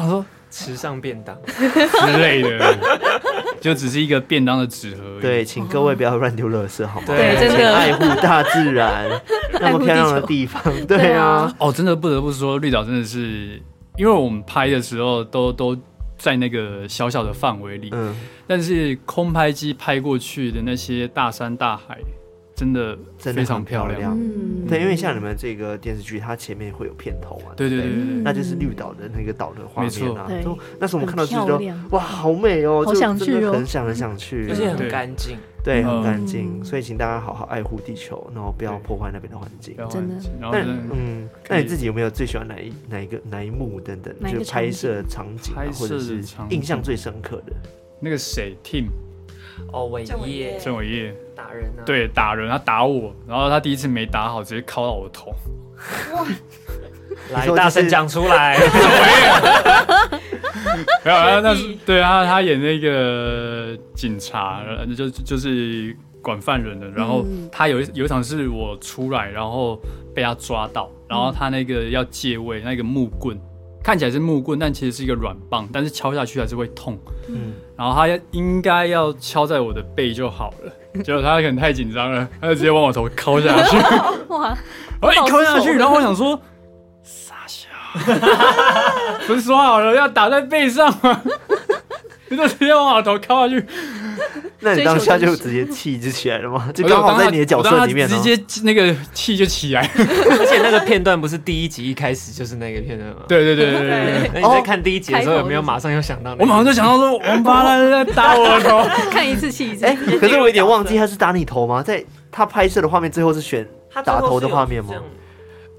[SPEAKER 3] 后说
[SPEAKER 5] 池上便当，
[SPEAKER 3] 之类的， 就只是一个便当的纸盒而已。
[SPEAKER 1] 对，请各位不要乱丢垃圾，好吗？
[SPEAKER 5] 对
[SPEAKER 6] 真的
[SPEAKER 1] 请爱护大自然， 那么漂亮的地方，对啊，
[SPEAKER 3] 哦，真的不得不说，绿岛真的是，因为我们拍的时候都都在那个小小的范围里，
[SPEAKER 1] 嗯，
[SPEAKER 3] 但是空拍机拍过去的那些大山大海，真的
[SPEAKER 1] 真的
[SPEAKER 3] 非常
[SPEAKER 1] 很漂
[SPEAKER 3] 漂亮。
[SPEAKER 1] 亮。
[SPEAKER 2] 嗯，
[SPEAKER 1] 对，因为像你们这个电视剧，它前面会有片头嘛，
[SPEAKER 3] 对
[SPEAKER 1] 不
[SPEAKER 3] 对对对对，
[SPEAKER 1] 那就是绿岛的那个岛的画面啊
[SPEAKER 2] 没错。
[SPEAKER 1] 就那时候我们看到就
[SPEAKER 2] 很
[SPEAKER 1] 觉
[SPEAKER 2] 漂
[SPEAKER 1] 得
[SPEAKER 2] 亮
[SPEAKER 1] 哇，好美哦，
[SPEAKER 2] 好
[SPEAKER 1] 就
[SPEAKER 2] 想
[SPEAKER 1] 真
[SPEAKER 2] 去
[SPEAKER 1] 的
[SPEAKER 2] 哦
[SPEAKER 1] 很想很想去，
[SPEAKER 5] 而且很干净，
[SPEAKER 1] 对，很
[SPEAKER 3] 嗯
[SPEAKER 1] 干净。
[SPEAKER 2] 嗯
[SPEAKER 1] 所以请大家好好爱护地球，然后不要
[SPEAKER 3] 对
[SPEAKER 1] 破坏那边的环境
[SPEAKER 3] 不。要
[SPEAKER 2] 真的
[SPEAKER 3] 忘记然后
[SPEAKER 1] 那
[SPEAKER 3] 真的
[SPEAKER 1] 嗯，
[SPEAKER 3] 可
[SPEAKER 1] 那
[SPEAKER 3] 以
[SPEAKER 1] 你自己有没有最喜欢哪一哪一个哪一幕等等，
[SPEAKER 2] 哪一
[SPEAKER 1] 就
[SPEAKER 2] 个
[SPEAKER 1] 是拍摄场景啊
[SPEAKER 3] 拍，
[SPEAKER 1] 或
[SPEAKER 3] 摄
[SPEAKER 1] 者
[SPEAKER 3] 的
[SPEAKER 1] 是
[SPEAKER 3] 场景
[SPEAKER 1] 印象最深刻的？
[SPEAKER 3] 那个谁 Tim
[SPEAKER 5] 哦，伟业
[SPEAKER 3] 郑伟业，
[SPEAKER 5] 打人啊，，
[SPEAKER 3] 对打人，他打我，然后他第一次没打好，直接敲到我的头。
[SPEAKER 1] 你
[SPEAKER 5] 来
[SPEAKER 1] 说就是
[SPEAKER 5] 大声讲出来，
[SPEAKER 3] 没有，他那是对他他演那个警察，呃就就是管犯人的。然后
[SPEAKER 2] 嗯
[SPEAKER 3] 他有一有一场是我出来，然后被他抓到，然后他那个要借位，那个木棍看起来是木棍，但其实是一个软棒，但是敲下去还是会痛。
[SPEAKER 1] 嗯，
[SPEAKER 3] 然后他要应该要敲在我的背就好了，结果他可能太紧张了，他就直接往我头敲下去，
[SPEAKER 2] 哇，
[SPEAKER 3] 然后一哎敲下去，然后我想说，傻笑，不是说好了要打在背上吗？你 就直接往我头敲下去，
[SPEAKER 1] 那你
[SPEAKER 2] 追求
[SPEAKER 1] 当下就
[SPEAKER 2] 真实
[SPEAKER 1] 直接气就起来了 吗？就刚好在你的角
[SPEAKER 3] 我
[SPEAKER 1] 色
[SPEAKER 3] 当
[SPEAKER 1] 里面
[SPEAKER 3] 时
[SPEAKER 1] 哦
[SPEAKER 3] 直。接那个气就起来。
[SPEAKER 5] 而且那个片段不是第一集一开始就是那个片段吗？，
[SPEAKER 3] 对对对对对对，
[SPEAKER 5] 那你在看第一集的时候有没有马上又想到那个？
[SPEAKER 3] 我马上就想到说，王八蛋在打我的 头。
[SPEAKER 2] 看一次气一次
[SPEAKER 1] 哎，，可是我有点忘记他是打你头吗？在他拍摄的画面最后是选打头的画面吗？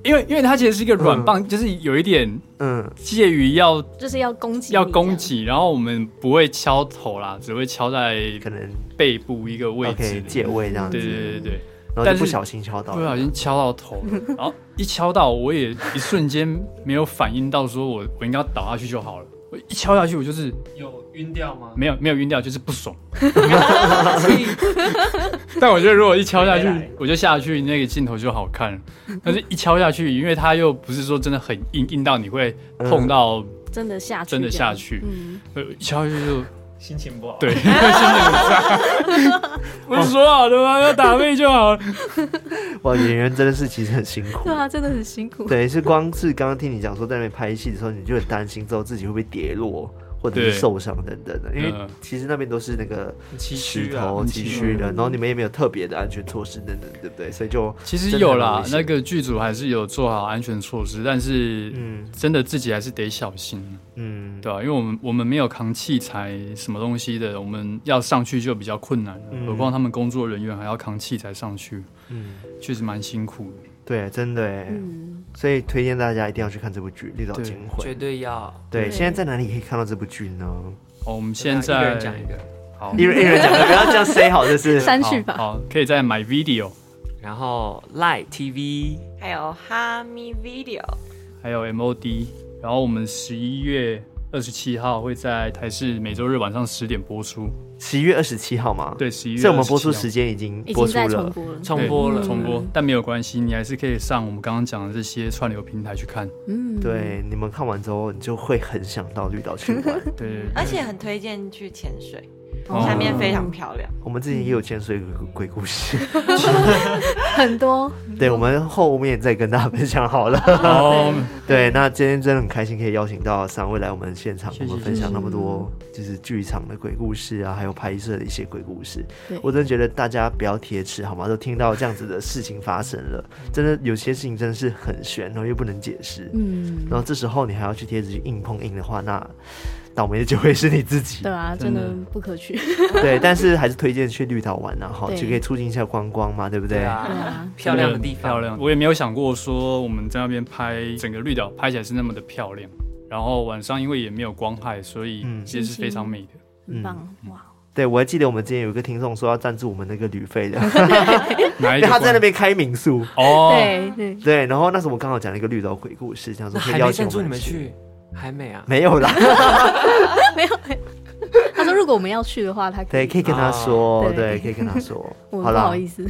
[SPEAKER 3] 因为因为它其实是一个软棒，就是有一点
[SPEAKER 1] 嗯，
[SPEAKER 3] 介于要
[SPEAKER 2] 就是要攻击，
[SPEAKER 3] 要攻，击，然后我们不会敲头啦，只会敲在
[SPEAKER 1] 可能
[SPEAKER 3] 背部一个位
[SPEAKER 1] OK
[SPEAKER 3] 置。
[SPEAKER 1] 借位这样子
[SPEAKER 3] 对，对对对
[SPEAKER 1] 然后
[SPEAKER 3] 但
[SPEAKER 1] 就是不小心敲到
[SPEAKER 3] 对，不啊
[SPEAKER 1] 了。
[SPEAKER 3] 小心敲到头了，然后一敲到我也一瞬间没有反应到，说我我应该要倒下去就好了。我一敲下去，我就是
[SPEAKER 5] 有晕掉吗？
[SPEAKER 3] 没有没有晕掉，就是不 爽。但我觉得如果一敲下去
[SPEAKER 5] 回来，
[SPEAKER 3] 我就下去那个镜头就好看了。但是一敲下去，因为它又不是说真的很硬，硬到你会痛到
[SPEAKER 2] 真的下去，
[SPEAKER 3] 真的下，去。
[SPEAKER 2] 嗯，
[SPEAKER 3] 呃一敲下去就
[SPEAKER 5] 心情不好。
[SPEAKER 3] 对， 心情很差。 不是说好的吗？要打背就好了。
[SPEAKER 1] 哇，演员真的是其实很辛苦
[SPEAKER 2] 对。啊，真的很辛苦，
[SPEAKER 1] 对，是光是刚刚听你讲说在那边拍戏的时候，你就很担心之后自己会不会跌落，或者是受伤等等的，因为
[SPEAKER 3] 嗯
[SPEAKER 1] 其实那边都是那个
[SPEAKER 3] 崎
[SPEAKER 1] 石
[SPEAKER 3] 岖啊
[SPEAKER 1] 头、
[SPEAKER 3] 很
[SPEAKER 1] 崎
[SPEAKER 3] 崎
[SPEAKER 1] 岖的，然后你们也没有特别的安全措施等等，对不对？所以就
[SPEAKER 3] 其实
[SPEAKER 1] 真的
[SPEAKER 3] 有
[SPEAKER 1] 很
[SPEAKER 3] 啦
[SPEAKER 1] 危，险
[SPEAKER 3] 那个剧组还是有做好安全措施，但是
[SPEAKER 1] 嗯
[SPEAKER 3] 真的自己还是得小心，
[SPEAKER 1] 嗯
[SPEAKER 3] 对吧、因为我们我们没有扛器材什么东西的，我们要上去就比较困难了，
[SPEAKER 1] 嗯
[SPEAKER 3] 何况他们工作人员还要扛器材上去，
[SPEAKER 1] 嗯，
[SPEAKER 3] 确实蛮辛苦的。
[SPEAKER 1] 对，真的哎，
[SPEAKER 2] 嗯，
[SPEAKER 1] 所以推荐大家一定要去看这部剧《绿岛
[SPEAKER 3] 对
[SPEAKER 1] 惊魂》
[SPEAKER 5] 绝。对要。
[SPEAKER 1] 对，
[SPEAKER 2] 对
[SPEAKER 1] 现在在哪里可以看到这部剧呢？
[SPEAKER 3] 哦，我们现
[SPEAKER 5] 一个
[SPEAKER 3] 在
[SPEAKER 5] 人讲一个，
[SPEAKER 3] 好
[SPEAKER 1] 一人一人讲的，不要这样 say 好， 就是
[SPEAKER 2] 删去
[SPEAKER 3] 好
[SPEAKER 2] 吧。
[SPEAKER 3] 好，可以在 My Video，
[SPEAKER 5] 然后 Light TV
[SPEAKER 4] 还有哈咪 video，
[SPEAKER 3] 还有 MOD，然后我们十一月二十七号会在台视每周日晚上十点播出，
[SPEAKER 1] 十一月二十七号嘛。，
[SPEAKER 3] 对，十一月
[SPEAKER 1] 所以我们播出
[SPEAKER 3] 27号
[SPEAKER 1] 时间已经
[SPEAKER 2] 已
[SPEAKER 1] 播出
[SPEAKER 2] 经在重
[SPEAKER 1] 了。
[SPEAKER 2] 播了，
[SPEAKER 5] 重播了，
[SPEAKER 3] 重播，但没有关系，你还是可以上我们刚刚讲的这些串流平台去看。
[SPEAKER 2] 嗯，，
[SPEAKER 1] 对，你们看完之后，你就会很想到绿岛去玩。
[SPEAKER 3] 对对对
[SPEAKER 6] 而且很推荐去潜水，
[SPEAKER 1] 嗯
[SPEAKER 3] 哦
[SPEAKER 6] 下面非常漂亮。
[SPEAKER 1] 我们之前也有潜水鬼鬼故事，
[SPEAKER 2] 很多，
[SPEAKER 1] 对，我们后面再跟大家分享 好了。哦
[SPEAKER 3] 好，
[SPEAKER 1] 对，那今天真的很开心，可以邀请到三位来我们现场，
[SPEAKER 3] 谢
[SPEAKER 1] 我
[SPEAKER 3] 谢
[SPEAKER 1] 们分享那么多就是剧场的鬼故事啊，还有拍摄的一些鬼故事
[SPEAKER 2] 对。
[SPEAKER 1] 我真的觉得大家不要铁齿好吗？都听到这样子的事情发生了，真的有些事情真的是很悬，然后又不能解释，
[SPEAKER 2] 嗯，
[SPEAKER 1] 然后这时候你还要去贴纸去硬碰硬的话，那倒霉的就会是你自己
[SPEAKER 2] 对。啊，真
[SPEAKER 3] 真的
[SPEAKER 2] 的不可 取，
[SPEAKER 1] 对，但是还是推荐去绿岛玩啊，哈，
[SPEAKER 2] 对
[SPEAKER 1] 就可以促进一下观光嘛，对不对？
[SPEAKER 5] 对
[SPEAKER 2] 对
[SPEAKER 5] 啊，
[SPEAKER 2] 啊，
[SPEAKER 5] 漂亮的地方，
[SPEAKER 3] 漂亮。我也没有想过说我们在那边拍整个绿岛拍起来是那么的漂亮，然后晚上因为也没有光害，所以
[SPEAKER 1] 嗯
[SPEAKER 3] 其实是非常美的。
[SPEAKER 2] 很棒，哇，
[SPEAKER 1] 对，哎我还记得我们之前有一个听众说要赞助我们那个旅费的，
[SPEAKER 3] 哪
[SPEAKER 1] 因为
[SPEAKER 3] 一个光？
[SPEAKER 1] 他在那边开民宿。
[SPEAKER 3] 哦，
[SPEAKER 2] 对对，
[SPEAKER 1] 对，然后那时候我刚好讲了一个绿岛鬼故事，这样说
[SPEAKER 5] 那
[SPEAKER 1] 可以
[SPEAKER 5] 还
[SPEAKER 1] 邀
[SPEAKER 5] 没
[SPEAKER 1] 请
[SPEAKER 5] 赞
[SPEAKER 1] 我
[SPEAKER 5] 助你们
[SPEAKER 2] 嗯
[SPEAKER 1] 去。
[SPEAKER 5] 去，还没啊？
[SPEAKER 1] 没有 啦，
[SPEAKER 2] 他说如果我们要去的话，他可
[SPEAKER 1] 对，
[SPEAKER 2] 以，
[SPEAKER 1] 可以跟他说，
[SPEAKER 2] 哦
[SPEAKER 1] 对，
[SPEAKER 2] 对
[SPEAKER 1] 可以跟他说。
[SPEAKER 2] 我
[SPEAKER 1] 好
[SPEAKER 2] 不
[SPEAKER 1] 啦
[SPEAKER 2] 好，意思，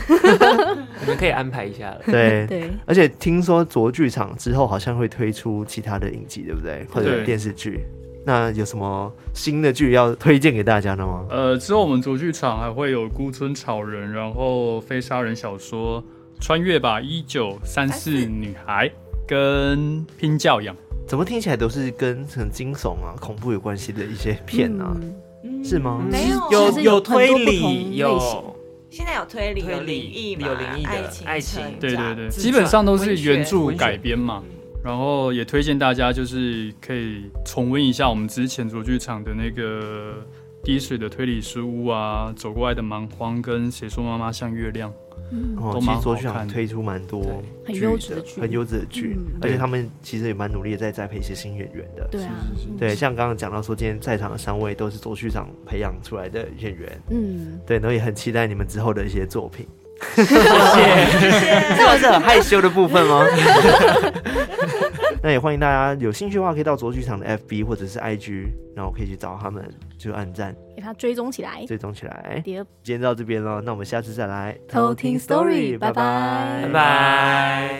[SPEAKER 5] 你们可以安排一下了。
[SPEAKER 1] 对。
[SPEAKER 2] 对，
[SPEAKER 1] 而且听说卓剧场之后好像会推出其他的影集，对不对？或者
[SPEAKER 3] 对
[SPEAKER 1] 电视剧？那有什么新的剧要推荐给大家的吗？
[SPEAKER 3] 呃，之后我们卓剧场还会有《孤村草人》，然后《非杀人小说》。穿越吧，一九三四女孩跟拼教养，
[SPEAKER 1] 怎么听起来都是跟很惊悚啊、恐怖有关系的一些片啊，
[SPEAKER 2] 嗯
[SPEAKER 1] 是吗？
[SPEAKER 6] 没有
[SPEAKER 5] 哦有
[SPEAKER 2] 其实有
[SPEAKER 5] 有
[SPEAKER 2] 很多
[SPEAKER 5] 推
[SPEAKER 2] 不同类
[SPEAKER 5] 理，有
[SPEAKER 2] 型
[SPEAKER 6] 现在有推理，
[SPEAKER 5] 推
[SPEAKER 6] 有
[SPEAKER 5] 理
[SPEAKER 6] 灵异嘛，
[SPEAKER 5] 有灵异的
[SPEAKER 6] 爱情、
[SPEAKER 5] 爱情
[SPEAKER 6] 成
[SPEAKER 3] 对对
[SPEAKER 6] 长
[SPEAKER 3] 对，
[SPEAKER 5] 自
[SPEAKER 3] 基本上都是
[SPEAKER 6] 传文
[SPEAKER 3] 原
[SPEAKER 6] 学
[SPEAKER 3] 著
[SPEAKER 5] 文学嗯
[SPEAKER 3] 改编嘛。然后也推荐大家，就是可以重温一下我们之前卓剧场的那个滴水的推理书屋啊，走过爱的蛮荒跟谁说妈妈像月亮，
[SPEAKER 1] 哦，
[SPEAKER 3] 都
[SPEAKER 1] 其
[SPEAKER 3] 蛮
[SPEAKER 1] 实
[SPEAKER 3] 好
[SPEAKER 1] 卓剧场
[SPEAKER 3] 看的
[SPEAKER 1] 推出蛮多
[SPEAKER 2] 很
[SPEAKER 1] 剧
[SPEAKER 2] 优质的剧
[SPEAKER 1] 很优质的剧，
[SPEAKER 2] 嗯
[SPEAKER 1] 而且他们其实也蛮努力的在栽培一些新演员的。
[SPEAKER 2] 对啊，
[SPEAKER 1] 对，像刚刚讲到说，今天在场的三位都是卓剧场培养出来的演员，
[SPEAKER 2] 嗯，
[SPEAKER 1] 对，然后也很期待你们之后的一些作品。谢谢，这是很害羞的部分吗？那也欢迎大家有兴趣的话，可以到卓剧场的 FB 或者是 IG，然后可以去找他们，就按赞
[SPEAKER 2] 给他追踪起来，
[SPEAKER 1] 追踪起来。
[SPEAKER 2] 第二
[SPEAKER 1] 今天到这边了，那我们下次再来
[SPEAKER 2] 偷听 story，拜拜
[SPEAKER 5] 拜拜。